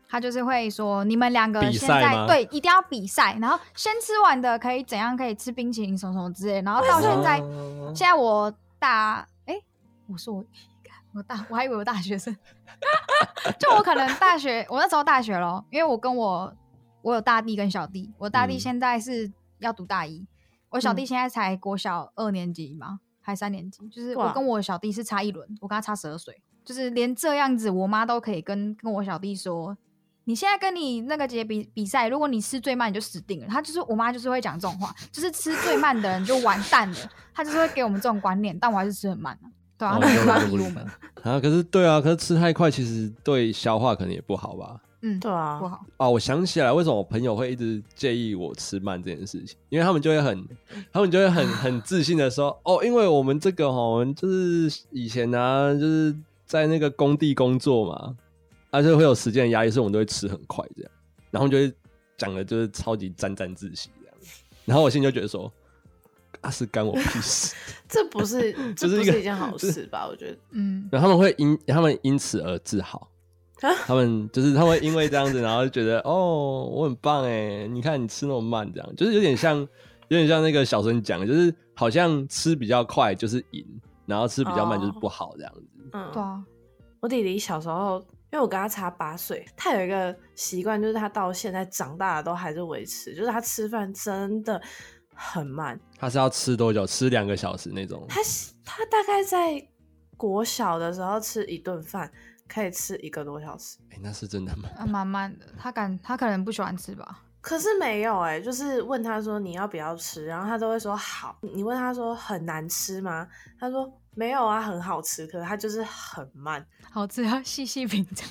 [SPEAKER 1] 她就是会说你们两个
[SPEAKER 2] 比
[SPEAKER 1] 现
[SPEAKER 2] 赛
[SPEAKER 1] 在
[SPEAKER 2] 吗
[SPEAKER 1] 对一定要比赛，然后先吃完的可以怎样可以吃冰淇淋什么什么之类的，然后到现在、
[SPEAKER 2] 哦
[SPEAKER 1] 现在我大哎、我说我我大我还以为我大学生，就我可能大学我那时候大学咯，因为我跟我我有大弟跟小弟，我大弟
[SPEAKER 2] 嗯
[SPEAKER 1] 现在是要读大一，我小弟现在才国小二年级嘛，还三年级，就是我
[SPEAKER 3] 哇
[SPEAKER 1] 跟我小弟是差一轮，我跟他差十二岁，就是连这样子，我妈都可以跟跟我小弟说。你现在跟你那个姐比比赛，如果你吃最慢，你就死定了。他就是我妈，就是会讲这种话，就是吃最慢的人就完蛋了。她就是会给我们这种观念，但我还是吃很慢啊，对啊，
[SPEAKER 2] 哦
[SPEAKER 1] 她没有办法
[SPEAKER 2] 这
[SPEAKER 1] 比
[SPEAKER 2] 我就不
[SPEAKER 1] [LAUGHS] 我
[SPEAKER 2] 理
[SPEAKER 1] 们，
[SPEAKER 2] 啊，可是对啊，可是吃太快其实对消化可能也不好吧。
[SPEAKER 1] 嗯，
[SPEAKER 3] 对啊
[SPEAKER 1] 不，好。
[SPEAKER 2] 哦，我想起来，为什么我朋友会一直介意我吃慢这件事情？因为他们就会很，他们就会很很自信的说，哦，因为我们这个哈，我们就是以前呢、啊，就是在那个工地工作嘛，而、啊、且会有时间的压力，所以我们都会吃很快这样，然后就会讲的就是超级沾沾自喜这样，然后我心里就觉得说，啊，是干我屁事。
[SPEAKER 3] 这不是这
[SPEAKER 2] 是
[SPEAKER 3] 不
[SPEAKER 2] 一个
[SPEAKER 3] 是一件好事吧？我觉得
[SPEAKER 1] 嗯，
[SPEAKER 2] 然后他们会因他们因此而自豪
[SPEAKER 3] 啊，
[SPEAKER 2] [LAUGHS] 他们就是他们会因为这样子，然后就觉得哦，我很棒哎，你看你吃那么慢，这样就是有点像有点像那个小生讲的，就是好像吃比较快就是赢，然后吃比较慢就是不好这样子。
[SPEAKER 3] 嗯，
[SPEAKER 1] 对啊，
[SPEAKER 3] 我弟弟小时候，因为我跟他差八岁，他有一个习惯，就是他到现在长大了都还是维持，就是他吃饭真的很慢。
[SPEAKER 2] 他是要吃多久？吃两个小时那种？
[SPEAKER 3] 他是他大概在国小的时候吃一顿饭可以吃一个多小时，
[SPEAKER 2] 哎、那是真的吗？ [LAUGHS]
[SPEAKER 1] 啊慢慢的，她敢，她可能不喜欢吃吧。 [LAUGHS]
[SPEAKER 3] 可是没有哎、就是问他说你要不要吃，然后他都会说好。你问他说很难吃吗？他说没有啊，很好吃，可是他就是很慢。
[SPEAKER 1] 好吃要细细品尝，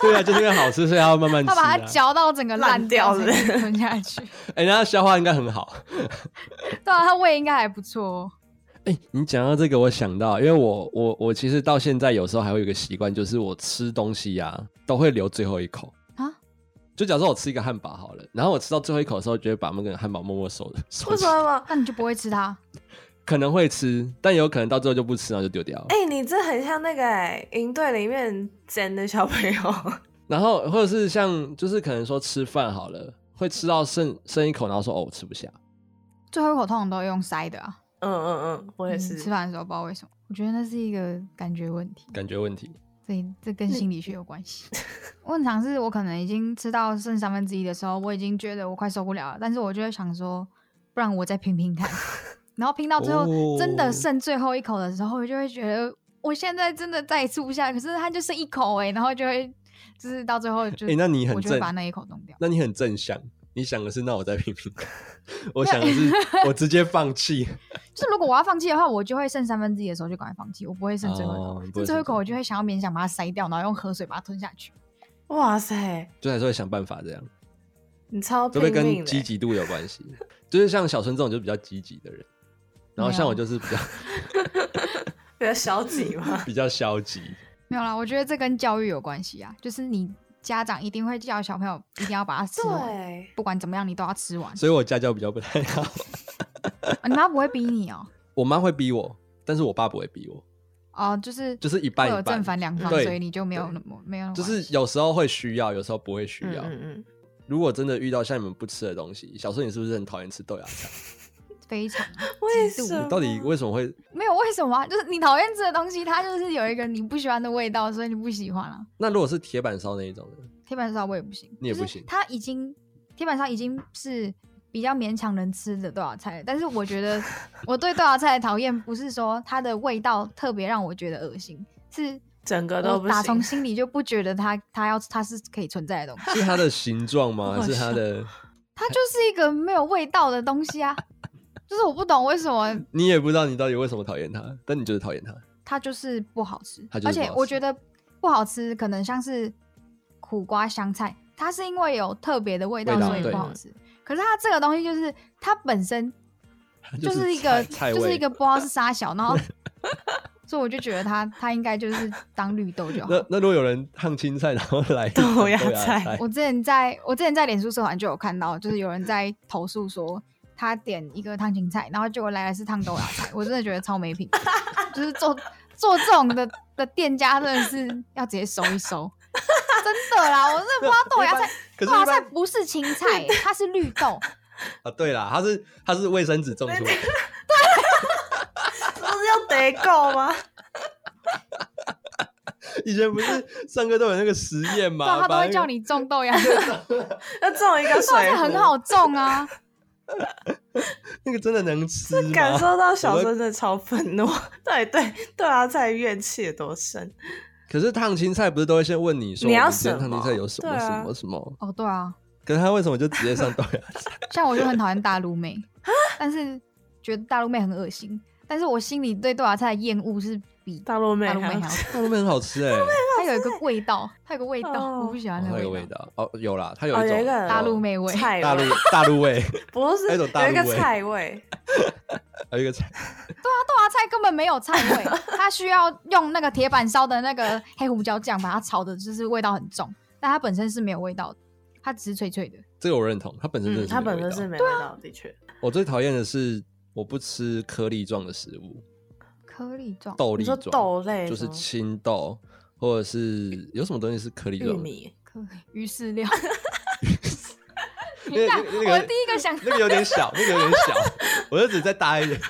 [SPEAKER 2] 对啊，就是因为好吃，所以他要慢慢吃、
[SPEAKER 1] 她把
[SPEAKER 2] 啊。
[SPEAKER 1] 它嚼到整个烂掉
[SPEAKER 3] 烂
[SPEAKER 1] 才
[SPEAKER 3] 掉了
[SPEAKER 1] 可以 [LAUGHS] 吞下去。
[SPEAKER 2] 哎、那他消化应该很好。
[SPEAKER 1] 对啊，她胃应该还不错哦。
[SPEAKER 2] 哎、你讲到这个，我想到，因为我我我其实到现在有时候还会有一个习惯，就是我吃东西呀、都会留最后一口
[SPEAKER 1] 啊。
[SPEAKER 2] 就假如说我吃一个汉堡好了，然后我吃到最后一口的时候，就会把那个汉堡默默收了，收
[SPEAKER 3] 为什
[SPEAKER 2] 起
[SPEAKER 3] 么？
[SPEAKER 1] 那你就不会吃它？
[SPEAKER 2] [LAUGHS] 可能会吃，但有可能到最后就不吃，然后就丢掉了。
[SPEAKER 3] 哎、你这很像那个哎、营队里面捡的小朋友。
[SPEAKER 2] 然后或者是像就是可能说吃饭好了，会吃到剩剩一口，然后说哦我吃不下。
[SPEAKER 1] 最后一口通常都会用塞的啊。
[SPEAKER 3] 嗯嗯嗯，我也
[SPEAKER 1] 嗯
[SPEAKER 3] 是。
[SPEAKER 1] 吃饭的时候不知道为什么，我觉得那是一个感觉问题，
[SPEAKER 2] 感觉问题，
[SPEAKER 1] 这这跟心理学有关系。 [LAUGHS] 我很常是我可能已经吃到剩三分之一的时候，我已经觉得我快受不了了，但是我就会想说，不然我再拼拼 [LAUGHS] 看。然后拼到最后、真的
[SPEAKER 2] 哦
[SPEAKER 1] 剩最后一口的时候，我就会觉得我现在真的再也吃不下，可是它就剩一口哎、然后就会就是到最后就，
[SPEAKER 2] 哎、那你很
[SPEAKER 1] 嗯我就会
[SPEAKER 2] 正，
[SPEAKER 1] 把那一口弄掉。
[SPEAKER 2] 那你很正向，你想的是那我再拼
[SPEAKER 1] [LAUGHS]
[SPEAKER 2] 拼看，我想的是我直接放弃。
[SPEAKER 1] 就是如果我要放弃的话，我就会剩三分之一的时候就赶快放弃，我不会剩最后一口
[SPEAKER 2] 哦。不会
[SPEAKER 1] 剩最后一口，
[SPEAKER 2] 剩
[SPEAKER 1] 我就会想要勉强把它塞掉，然后用河水把它吞下去。
[SPEAKER 3] 哇塞，
[SPEAKER 2] 就还是会想办法这样，
[SPEAKER 3] 你超
[SPEAKER 2] 这
[SPEAKER 3] 哦拼
[SPEAKER 2] 会
[SPEAKER 3] 命的
[SPEAKER 2] 跟
[SPEAKER 3] 欸。
[SPEAKER 2] 积极度有关系。就是像小春这种就比较积极的人，然后像我
[SPEAKER 1] 没
[SPEAKER 2] 就是比较
[SPEAKER 3] 比较消极嘛。
[SPEAKER 2] [LAUGHS] 比较消极。
[SPEAKER 1] 没有啦，我觉得这跟教育有关系啊，就是你家长一定会叫小朋友一定要把它吃完，
[SPEAKER 3] 对，
[SPEAKER 1] 不管怎么样你都要吃完。
[SPEAKER 2] 所以我家教比较不太好。
[SPEAKER 1] 啊你妈不会逼你哦、
[SPEAKER 2] 我妈会逼我，但是我爸不会逼我，
[SPEAKER 1] 哦，就是
[SPEAKER 2] 就是一
[SPEAKER 1] 会
[SPEAKER 2] 半
[SPEAKER 1] 有
[SPEAKER 2] 一半
[SPEAKER 1] 正，反两方，
[SPEAKER 2] 对
[SPEAKER 1] 所以你就没有
[SPEAKER 2] 对
[SPEAKER 1] 那么没有那么
[SPEAKER 2] 就是有时候会需要，有时候不会需
[SPEAKER 3] 嗯
[SPEAKER 2] 要。
[SPEAKER 3] 嗯嗯，
[SPEAKER 2] 如果真的遇到像你们不吃的东西，小时候你是不是很讨厌吃豆芽菜？
[SPEAKER 1] 非常
[SPEAKER 3] 为
[SPEAKER 1] 极度
[SPEAKER 3] 什么？
[SPEAKER 2] 你到底为什么会？
[SPEAKER 1] 没有为什么啊、就是你讨厌吃的东西，它就是有一个你不喜欢的味道，所以你不喜欢啊。
[SPEAKER 2] 那如果是铁板烧那一种呢？
[SPEAKER 1] 铁板烧我也不行，
[SPEAKER 2] 你也不
[SPEAKER 1] 就是
[SPEAKER 2] 行
[SPEAKER 1] 它已经铁板烧已经是比较勉强能吃的多少菜了，但是我觉得
[SPEAKER 2] [LAUGHS]
[SPEAKER 1] 我对多少菜的讨厌不是说它的味道特别让我觉得恶心，是
[SPEAKER 3] 整个都
[SPEAKER 1] 我
[SPEAKER 3] 不
[SPEAKER 1] 打从
[SPEAKER 3] 行？
[SPEAKER 1] 心里就不觉得它它要它是可以存在的东西，
[SPEAKER 2] 是它的形
[SPEAKER 1] [LAUGHS]
[SPEAKER 2] 状吗？
[SPEAKER 3] 好
[SPEAKER 2] 还是它
[SPEAKER 3] 笑
[SPEAKER 2] 的？ [LAUGHS]
[SPEAKER 1] 它就是一个没有味道的东西啊。就是我不懂为什么
[SPEAKER 2] 你也不知道你到底为什么讨厌它，但你就是讨厌它。
[SPEAKER 1] 它就是不好吃，
[SPEAKER 2] 它就是
[SPEAKER 1] 而
[SPEAKER 2] 不好
[SPEAKER 1] 且
[SPEAKER 2] 吃
[SPEAKER 1] 我觉得不好吃，可能像是苦瓜香菜，它是因为有特别的味道，
[SPEAKER 2] 味道
[SPEAKER 1] 所以
[SPEAKER 2] 对
[SPEAKER 1] 不好吃。可是它这个东西就是它本身
[SPEAKER 2] 它
[SPEAKER 1] 就是是一个
[SPEAKER 2] 菜菜
[SPEAKER 1] 就是
[SPEAKER 2] 味
[SPEAKER 1] 一个不知
[SPEAKER 2] [LAUGHS]
[SPEAKER 1] 道是啥小，然后所以我就觉得它它应该就是当绿豆就好。
[SPEAKER 2] 那那如果有人烫青菜，然后来一盘
[SPEAKER 3] 哦 [LAUGHS] 豆
[SPEAKER 2] 豆
[SPEAKER 3] 芽
[SPEAKER 2] 芽
[SPEAKER 3] 菜
[SPEAKER 1] 我之前在我之前在脸书社团就有看到，就是有人在投诉说他点一个烫青菜，然后结果来的是烫豆芽菜，我真的觉得超没品的，就是做做这种的的店家真的是要直接收一收，真的啦，我真的不知道豆芽菜，
[SPEAKER 2] 可是
[SPEAKER 1] 豆芽
[SPEAKER 2] 一
[SPEAKER 1] 菜
[SPEAKER 2] 般
[SPEAKER 1] 不是青菜、欸它是绿豆，
[SPEAKER 2] 啊，对啦，它是它是卫生纸种出来的，
[SPEAKER 3] 不是要得够吗？
[SPEAKER 2] [LAUGHS]
[SPEAKER 3] [LAUGHS]
[SPEAKER 2] 以前不是上课都有那个实
[SPEAKER 1] 对，
[SPEAKER 2] 验
[SPEAKER 3] 啊
[SPEAKER 1] 啊
[SPEAKER 2] 嘛，
[SPEAKER 1] 他都
[SPEAKER 2] 把
[SPEAKER 1] 会
[SPEAKER 2] [LAUGHS] 那
[SPEAKER 1] 叫
[SPEAKER 2] 个
[SPEAKER 1] 你种豆芽菜，豆
[SPEAKER 3] 要种一个
[SPEAKER 1] 芽
[SPEAKER 3] 水
[SPEAKER 1] 菜
[SPEAKER 3] 壶
[SPEAKER 1] 很好种啊，
[SPEAKER 2] 那个真的能吃吗？
[SPEAKER 3] 感受到小
[SPEAKER 2] 我
[SPEAKER 3] 时候真的超愤怒， [LAUGHS] 对对对啊，在怨气有多深？
[SPEAKER 2] 可是烫青菜不是都会先问你说
[SPEAKER 3] 你要
[SPEAKER 2] 我们今天
[SPEAKER 3] 什么
[SPEAKER 2] 烫青菜有什么
[SPEAKER 3] 对啊
[SPEAKER 2] 什么什么？
[SPEAKER 1] 哦，对啊，
[SPEAKER 2] 可是他为什么就直接上豆芽
[SPEAKER 3] [LAUGHS]
[SPEAKER 2] 菜？
[SPEAKER 1] 像我就很讨厌大陆妹，但是觉得大陆妹很恶心，但是我心里对豆芽菜的厌恶是比
[SPEAKER 3] 大陆妹
[SPEAKER 1] 大陆妹
[SPEAKER 3] 还
[SPEAKER 1] 还
[SPEAKER 3] 要
[SPEAKER 1] 要
[SPEAKER 2] 大陆面很好吃哎、欸，
[SPEAKER 1] 它有一个味道，它有个味道，我
[SPEAKER 3] 哦
[SPEAKER 1] 不喜欢
[SPEAKER 2] 哦
[SPEAKER 1] 那
[SPEAKER 2] 它
[SPEAKER 1] 个
[SPEAKER 2] 有个
[SPEAKER 1] 味
[SPEAKER 2] 味
[SPEAKER 1] 道。
[SPEAKER 2] 道哦，有啦，它有
[SPEAKER 3] 哦
[SPEAKER 2] 一种、
[SPEAKER 3] 有一个
[SPEAKER 1] 大陆妹味 [LAUGHS]
[SPEAKER 3] 菜
[SPEAKER 2] 大陆
[SPEAKER 3] 味，
[SPEAKER 2] 大陆味， [LAUGHS]
[SPEAKER 3] 不是
[SPEAKER 2] 还有一种大
[SPEAKER 3] 有一个
[SPEAKER 2] 陆味
[SPEAKER 3] 菜味，
[SPEAKER 2] 还有一个菜
[SPEAKER 1] 豆芽菜根本没有菜味，它需要用那个铁板烧的那个黑胡椒酱把它炒的，就是味道很重，但它本身是没有味道的，它只是脆脆的。
[SPEAKER 2] 这个我认同，它本身真
[SPEAKER 3] 嗯，
[SPEAKER 2] 的是
[SPEAKER 3] 它
[SPEAKER 2] 没有
[SPEAKER 3] 本
[SPEAKER 2] 味
[SPEAKER 3] 身
[SPEAKER 2] 道
[SPEAKER 3] 是没味
[SPEAKER 1] 啊
[SPEAKER 3] 道，的确。
[SPEAKER 2] 我最讨厌的是我不吃颗粒状的食物，
[SPEAKER 1] 颗粒状，
[SPEAKER 2] 豆
[SPEAKER 3] 你
[SPEAKER 2] 粒
[SPEAKER 3] 说
[SPEAKER 2] 状
[SPEAKER 3] 豆类
[SPEAKER 2] 就是
[SPEAKER 3] 什么
[SPEAKER 2] 青豆，或者是有什么东西是颗粒
[SPEAKER 3] 玉
[SPEAKER 2] 状的？
[SPEAKER 3] 米，
[SPEAKER 1] 颗鱼饲
[SPEAKER 2] [LAUGHS]
[SPEAKER 1] 料。等一下
[SPEAKER 2] 那个那个那
[SPEAKER 1] 我
[SPEAKER 2] 个
[SPEAKER 1] 第一个想
[SPEAKER 2] 那个有点小，那个有点小， [LAUGHS] 我就只再大一点。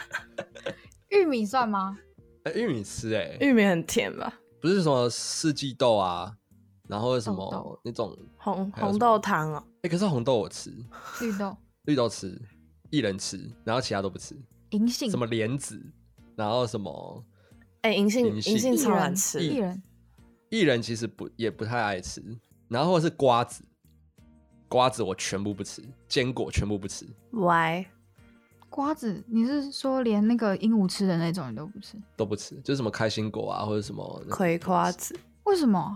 [SPEAKER 1] 玉米算吗？
[SPEAKER 2] 哎玉米吃哎、
[SPEAKER 3] 玉米很甜吧？
[SPEAKER 2] 不是什么四季豆啊，然后什
[SPEAKER 1] 豆
[SPEAKER 2] 么
[SPEAKER 1] 豆
[SPEAKER 2] 那种
[SPEAKER 3] 红
[SPEAKER 2] 还有
[SPEAKER 3] 红
[SPEAKER 2] 什
[SPEAKER 3] 豆
[SPEAKER 2] 么
[SPEAKER 3] 汤哦，
[SPEAKER 2] 哎、可是红豆我吃，
[SPEAKER 1] 绿豆、
[SPEAKER 2] 绿豆吃，薏仁吃，然后其他都不吃，
[SPEAKER 1] 银杏、
[SPEAKER 2] 什么莲子，然后什么
[SPEAKER 3] 哎，银杏
[SPEAKER 2] 银
[SPEAKER 3] 银
[SPEAKER 2] 杏
[SPEAKER 3] 杏
[SPEAKER 1] 薏
[SPEAKER 3] 超难
[SPEAKER 1] 仁、
[SPEAKER 3] 吃，
[SPEAKER 1] 薏仁、
[SPEAKER 2] 薏仁其实不也不太爱吃，然后或者是瓜子，瓜子我全部不吃，坚果全部不吃，
[SPEAKER 3] 歪
[SPEAKER 1] 瓜子，你是说连那个鹦鹉吃的那种你都不吃？
[SPEAKER 2] 都不吃，就是什么开心果啊或者什么那
[SPEAKER 3] 葵瓜
[SPEAKER 2] [LAUGHS]
[SPEAKER 3] 子，
[SPEAKER 1] 为什么？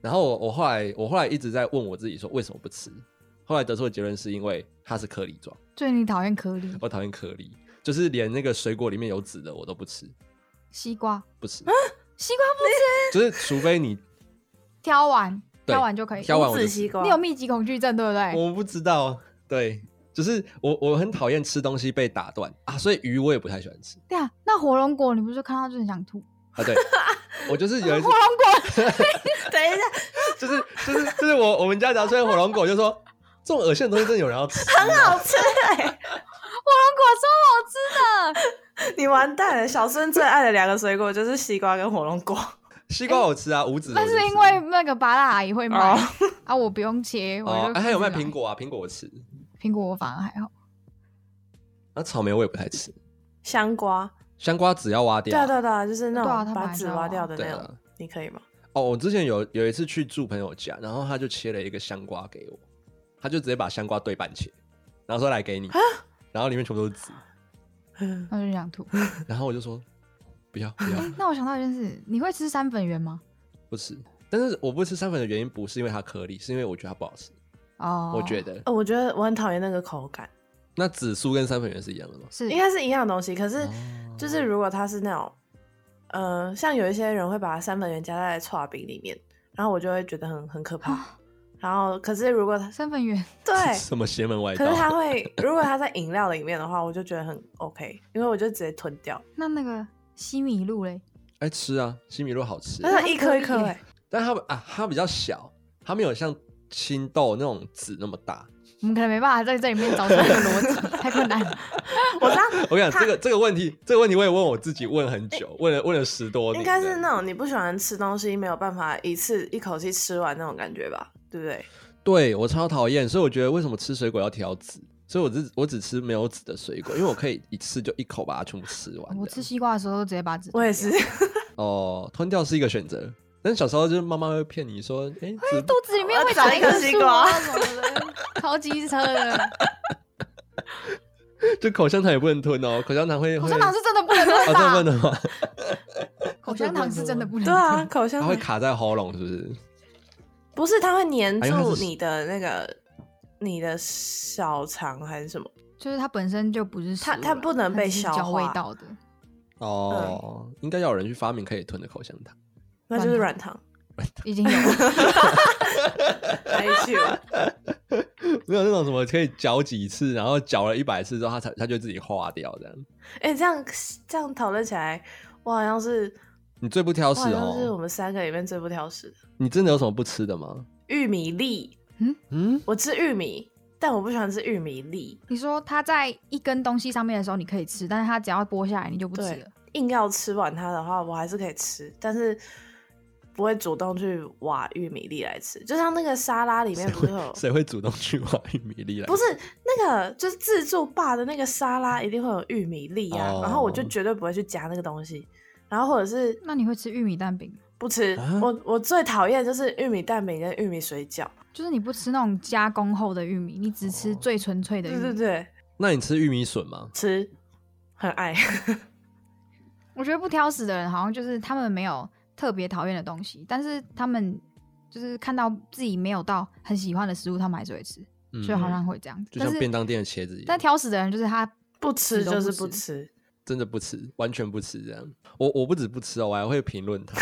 [SPEAKER 2] 然后我我后来我后来一直在问我自己说为什么不吃，后来得出的结论是因为它是颗粒状，
[SPEAKER 1] 所以你讨厌颗粒？
[SPEAKER 2] 我讨厌颗粒，就是连那个水果里面有籽的我都不吃，
[SPEAKER 1] 西瓜，
[SPEAKER 2] 不吃，
[SPEAKER 1] 西瓜不吃，
[SPEAKER 2] 就是除
[SPEAKER 1] [LAUGHS]
[SPEAKER 2] 非你
[SPEAKER 1] 挑完，
[SPEAKER 2] 对
[SPEAKER 1] 挑完就可以。
[SPEAKER 2] 挑完
[SPEAKER 3] 无
[SPEAKER 2] 我
[SPEAKER 3] 籽
[SPEAKER 2] 就
[SPEAKER 3] 西
[SPEAKER 2] 吃，
[SPEAKER 3] 瓜，
[SPEAKER 1] 你有密集恐惧症对不对？
[SPEAKER 2] 啊我不知道，对，就是我我很讨厌吃东西被打断啊，所以鱼我也不太喜欢吃
[SPEAKER 1] 对啊，那火龙果你不是看到就很想吐？[LAUGHS]
[SPEAKER 2] 啊，对我就是有一次
[SPEAKER 1] 火龙果，
[SPEAKER 3] 等一下，
[SPEAKER 2] 就是就是就是我我们家只要吹火龙果就说这种恶心的东西真的有人要吃，很
[SPEAKER 3] 好吃 [LAUGHS] 哎，
[SPEAKER 1] 火龙果超好吃的。
[SPEAKER 3] 你完蛋了！小孙最爱的两个水果就是西瓜跟火龙果，
[SPEAKER 2] 西瓜我吃啊，无籽我
[SPEAKER 1] 那
[SPEAKER 2] 就是吃
[SPEAKER 1] 因为那个巴拉阿姨
[SPEAKER 2] [LAUGHS]
[SPEAKER 1] 会卖
[SPEAKER 3] 哦
[SPEAKER 1] 啊，我不用切，我
[SPEAKER 2] 哦
[SPEAKER 1] 就，
[SPEAKER 2] 哎还有卖
[SPEAKER 1] 自己
[SPEAKER 2] 苹，果啊，苹果我吃，
[SPEAKER 1] 苹果我反而还好。
[SPEAKER 2] 那草莓我也不太吃，
[SPEAKER 3] 香瓜，
[SPEAKER 2] 香瓜籽要挖
[SPEAKER 3] 对
[SPEAKER 2] 掉
[SPEAKER 3] 啊对啊对啊，就是那
[SPEAKER 1] 对啊它
[SPEAKER 3] 种把
[SPEAKER 1] 本来
[SPEAKER 3] 籽
[SPEAKER 1] 就要
[SPEAKER 3] 挖
[SPEAKER 1] 挖
[SPEAKER 3] 掉的
[SPEAKER 2] 对
[SPEAKER 3] 那
[SPEAKER 2] 啊
[SPEAKER 3] 种，你可以吗？ [LAUGHS]
[SPEAKER 2] 哦，我之前有有一次去住朋友家，然后他就切了一个香瓜给我，他就直接把香瓜对半切，然后说来给你，
[SPEAKER 3] 啊
[SPEAKER 2] 然后里面全部都是籽，
[SPEAKER 3] 嗯，
[SPEAKER 1] 那就想吐。
[SPEAKER 2] 然后我就说不要不要 [LAUGHS]
[SPEAKER 1] 哎、那我想到一件事，你会吃三粉圆吗？
[SPEAKER 2] 不吃，但是我不吃三粉的原因不是因为它颗粒，是因为我觉得它不好吃，
[SPEAKER 1] 哦，
[SPEAKER 2] 我觉得
[SPEAKER 3] 呃我觉得我很讨厌那个口感，
[SPEAKER 2] 那紫苏跟三粉圆是一样的吗？
[SPEAKER 1] 是
[SPEAKER 3] 应该是一样的东西，可是
[SPEAKER 2] 哦
[SPEAKER 3] 就是如果它是那种，呃，像有一些人会把三粉圆加在刨饼里面，然后我就会觉得很很可怕。
[SPEAKER 1] 啊
[SPEAKER 3] [LAUGHS] 然后，可是如果它
[SPEAKER 1] 三粉圆，
[SPEAKER 2] [LAUGHS]
[SPEAKER 3] 对，
[SPEAKER 2] 什么邪门歪
[SPEAKER 3] 可
[SPEAKER 2] 道？
[SPEAKER 3] 是它会，如果它在饮料里面的话，我就觉得很 OK，因为我就直接吞掉。
[SPEAKER 1] 那那个西米露嘞，
[SPEAKER 2] 哎，吃啊，西米露好吃，
[SPEAKER 3] 但是它一颗一颗、
[SPEAKER 1] 它可以 [LAUGHS]
[SPEAKER 3] 欸，
[SPEAKER 2] 但它啊它比较小，它没有像青豆那种籽那么大。
[SPEAKER 1] 我们可能没办法在这里面找出一个逻辑，太困难
[SPEAKER 2] [LAUGHS]
[SPEAKER 1] 了。
[SPEAKER 3] 我知道
[SPEAKER 2] 我跟你讲这个这个问题，这个问题我也问我自己问很久，问了问了十多年
[SPEAKER 3] 应
[SPEAKER 2] 这样。
[SPEAKER 3] 该是那种你不喜欢吃东西，没有办法一次一口气吃完那种感觉吧，对不对？
[SPEAKER 2] 对我超讨厌，所以我觉得为什么吃水果要挑籽？所以我只我只吃没有籽的水果，因为我可以一次就一口把它全部吃完。
[SPEAKER 1] 我吃西瓜的时候都直接把籽，
[SPEAKER 3] 我也是，
[SPEAKER 2] 啊哦，吞掉是一个选择，但是小时候就是妈妈会骗你说，哎、籽
[SPEAKER 1] 肚子里面会
[SPEAKER 3] 长
[SPEAKER 1] 长
[SPEAKER 3] 一
[SPEAKER 1] 一
[SPEAKER 3] 棵
[SPEAKER 1] 棵
[SPEAKER 3] 西
[SPEAKER 1] 树
[SPEAKER 3] 瓜
[SPEAKER 1] 啊什么的， [LAUGHS] 超机车
[SPEAKER 2] [LAUGHS]
[SPEAKER 1] 的。
[SPEAKER 2] 就口香糖也不能吞哦，口香糖会
[SPEAKER 1] 口香糖是真的不能吞
[SPEAKER 2] 会哦，这不
[SPEAKER 1] 吧？
[SPEAKER 2] 能吗？
[SPEAKER 1] 口香糖是真的不能
[SPEAKER 3] [LAUGHS] 对啊，
[SPEAKER 1] 吞。
[SPEAKER 3] 口香
[SPEAKER 2] 它
[SPEAKER 3] 糖
[SPEAKER 2] 会卡在喉咙，是不是？
[SPEAKER 3] 不是，它会粘
[SPEAKER 2] 哎因为
[SPEAKER 3] 住
[SPEAKER 2] 它是
[SPEAKER 3] 你的那个你的小肠还是什么？
[SPEAKER 1] 就是它本身就不是食物
[SPEAKER 3] 它
[SPEAKER 1] 啦，
[SPEAKER 3] 它不能被
[SPEAKER 1] 它只是
[SPEAKER 3] 消
[SPEAKER 1] 嚼味
[SPEAKER 3] 化
[SPEAKER 1] 道的。
[SPEAKER 2] 哦，应该要有人去发明可以吞的口香糖。
[SPEAKER 3] 那就是软糖，
[SPEAKER 1] 已经有了 [LAUGHS]
[SPEAKER 3] 没哎去了。
[SPEAKER 2] 没有那种什么可以嚼几次，然后嚼了一百次之后，它才它就自己化掉这样。
[SPEAKER 3] 哎、这样这样讨论起来，我好像是
[SPEAKER 2] 你最不挑
[SPEAKER 3] 我
[SPEAKER 2] 食
[SPEAKER 3] 好像是我
[SPEAKER 2] 哦，
[SPEAKER 3] 们三个里面最不挑食的。
[SPEAKER 2] 你真的有什么不吃的吗？
[SPEAKER 3] 玉米粒，
[SPEAKER 2] 嗯，
[SPEAKER 3] 我吃玉米，但我不喜欢吃玉米粒，
[SPEAKER 1] 你说它在一根东西上面的时候你可以吃，但是它只要剥下来你就不吃
[SPEAKER 3] 对
[SPEAKER 1] 了。
[SPEAKER 3] 硬要吃完它的话，我还是可以吃，但是不会主动去挖玉米粒来吃，就像那个沙拉里面
[SPEAKER 2] 谁
[SPEAKER 3] 不是有
[SPEAKER 2] 会，谁会主动去挖玉米粒来？
[SPEAKER 3] 不是那个就是自助吧的那个沙拉一定会有玉米粒啊，然后我就
[SPEAKER 2] 哦
[SPEAKER 3] 绝对不会去夹那个东西，然后或者是
[SPEAKER 1] 那你会吃玉米蛋饼吗？
[SPEAKER 3] 不吃，
[SPEAKER 2] 啊
[SPEAKER 3] 我我最讨厌就是玉米蛋饼跟玉米水饺，
[SPEAKER 1] 就是你不吃那种加工后的玉米，你只吃
[SPEAKER 2] 哦
[SPEAKER 1] 最纯粹的玉
[SPEAKER 3] 对
[SPEAKER 1] 米。
[SPEAKER 3] 对对，
[SPEAKER 2] 那你吃玉米笋吗？
[SPEAKER 3] 吃很
[SPEAKER 1] [LAUGHS]
[SPEAKER 3] 爱，
[SPEAKER 1] 我觉得不挑食的人好像就是他们没有特别讨厌的东西，但是他们就是看到自己没有到很喜欢的食物，他们还是会吃，
[SPEAKER 2] 嗯，
[SPEAKER 1] 所以好像会这样。
[SPEAKER 2] 就
[SPEAKER 1] 但
[SPEAKER 2] 像
[SPEAKER 1] 是
[SPEAKER 2] 便当店的茄子一
[SPEAKER 1] 但
[SPEAKER 2] 样，
[SPEAKER 1] 挑食的人就是他
[SPEAKER 3] 不吃
[SPEAKER 1] 都
[SPEAKER 3] 就是
[SPEAKER 1] 不
[SPEAKER 3] 不
[SPEAKER 1] 吃
[SPEAKER 3] 吃，
[SPEAKER 2] 真的不吃，完全不吃这样。我我不止不吃哦，我还会评论它，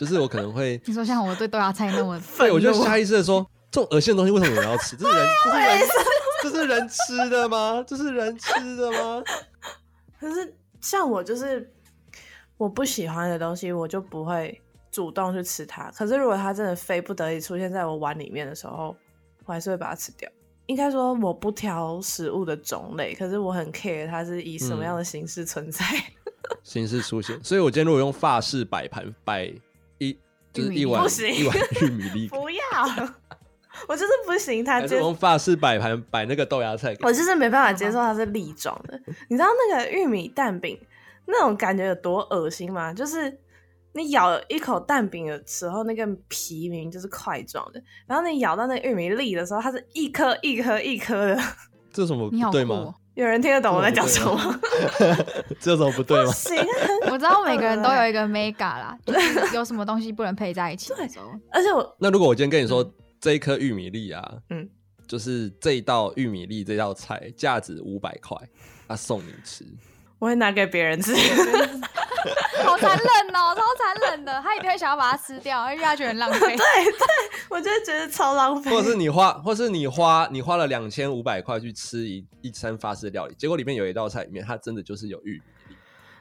[SPEAKER 2] 就是我可能会，
[SPEAKER 1] 你说像我对豆芽菜那么
[SPEAKER 2] [LAUGHS] 对我就下意识的说，这种恶心的东西为什么有人要吃？这是人，这是人，这是人吃的吗？这是人吃的吗？
[SPEAKER 3] 可是像我就是我不喜欢的东西，我就不会主动去吃它。可是如果它真的非不得已出现在我碗里面的时候，我还是会把它吃掉。应该说我不挑食物的种类，可是我很 care 它是以
[SPEAKER 2] 嗯
[SPEAKER 3] 什么样的形式存在。
[SPEAKER 2] 形式出现，所以我今天如果用法式摆盘摆一，就是一碗
[SPEAKER 3] 不行，
[SPEAKER 2] 一碗玉米粒
[SPEAKER 3] 不要， [LAUGHS] 我就是不行，它
[SPEAKER 2] 还是
[SPEAKER 3] 就
[SPEAKER 2] 我用法式摆盘摆那个豆芽菜给
[SPEAKER 3] 啊我就是没办法接受它是粒状的。你知道那个玉米蛋饼那种感觉有多恶心吗？就是你咬一口蛋饼的时候，那个皮明明就是块状的，然后你咬到那玉米粒的时候，它是一颗一颗一颗的。
[SPEAKER 2] 这有什么
[SPEAKER 1] 你好酷、
[SPEAKER 2] 不对吗
[SPEAKER 1] 哦？，
[SPEAKER 3] 有人听得懂我在讲什么？
[SPEAKER 2] 这有什么不对吗？
[SPEAKER 3] 行啊，
[SPEAKER 1] 我知道每个人都有一
[SPEAKER 3] 嗯
[SPEAKER 1] 个 mega 啦，就是有什么东西不能配在一起的时候，
[SPEAKER 3] 而且我
[SPEAKER 2] 那如果我今天跟你说这一颗玉米粒啊，
[SPEAKER 3] 嗯
[SPEAKER 2] 嗯，就是这一道玉米粒这道菜价值五百块，他、送你吃，
[SPEAKER 3] 我会拿给别人吃。
[SPEAKER 1] 好残忍哦，超残忍的。他一定会想要把它吃掉，而且他觉得很浪费。
[SPEAKER 3] 我就会觉得超浪费
[SPEAKER 2] 或。者是你花，或是你花你花了两千五百块去吃一一餐法式料理，结果里面有一道菜里面它真的就是有玉米，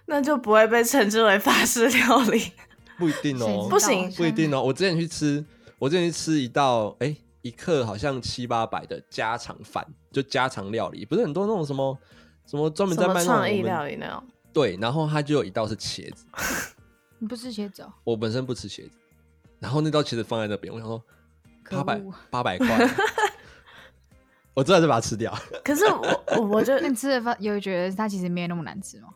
[SPEAKER 3] 那就不会被称之为法式料理。
[SPEAKER 2] 不一定
[SPEAKER 1] 谁知道
[SPEAKER 2] 哦，
[SPEAKER 3] 不行
[SPEAKER 2] 不一定哦。我之前去吃，我之前去吃一道，哎、一克好像七八百的家常饭，就家常料理，不是很多那种什么什么专门在
[SPEAKER 3] 什么
[SPEAKER 2] 卖那种
[SPEAKER 3] 创
[SPEAKER 2] 我
[SPEAKER 3] 意
[SPEAKER 2] 们
[SPEAKER 3] 料理那种？
[SPEAKER 2] 对，然后它就有一道是茄子，
[SPEAKER 1] 你不吃茄子哦？
[SPEAKER 2] 我本身不吃茄子，然后那道茄子放在那边，我想说
[SPEAKER 1] 可
[SPEAKER 2] 八百
[SPEAKER 1] 恶
[SPEAKER 2] 八百
[SPEAKER 3] [LAUGHS]
[SPEAKER 2] 块，我真的是把它吃掉，
[SPEAKER 3] 可是我我我
[SPEAKER 2] [LAUGHS]
[SPEAKER 3] 就
[SPEAKER 1] 那你吃的饭有觉得它其实没有那么难吃吗？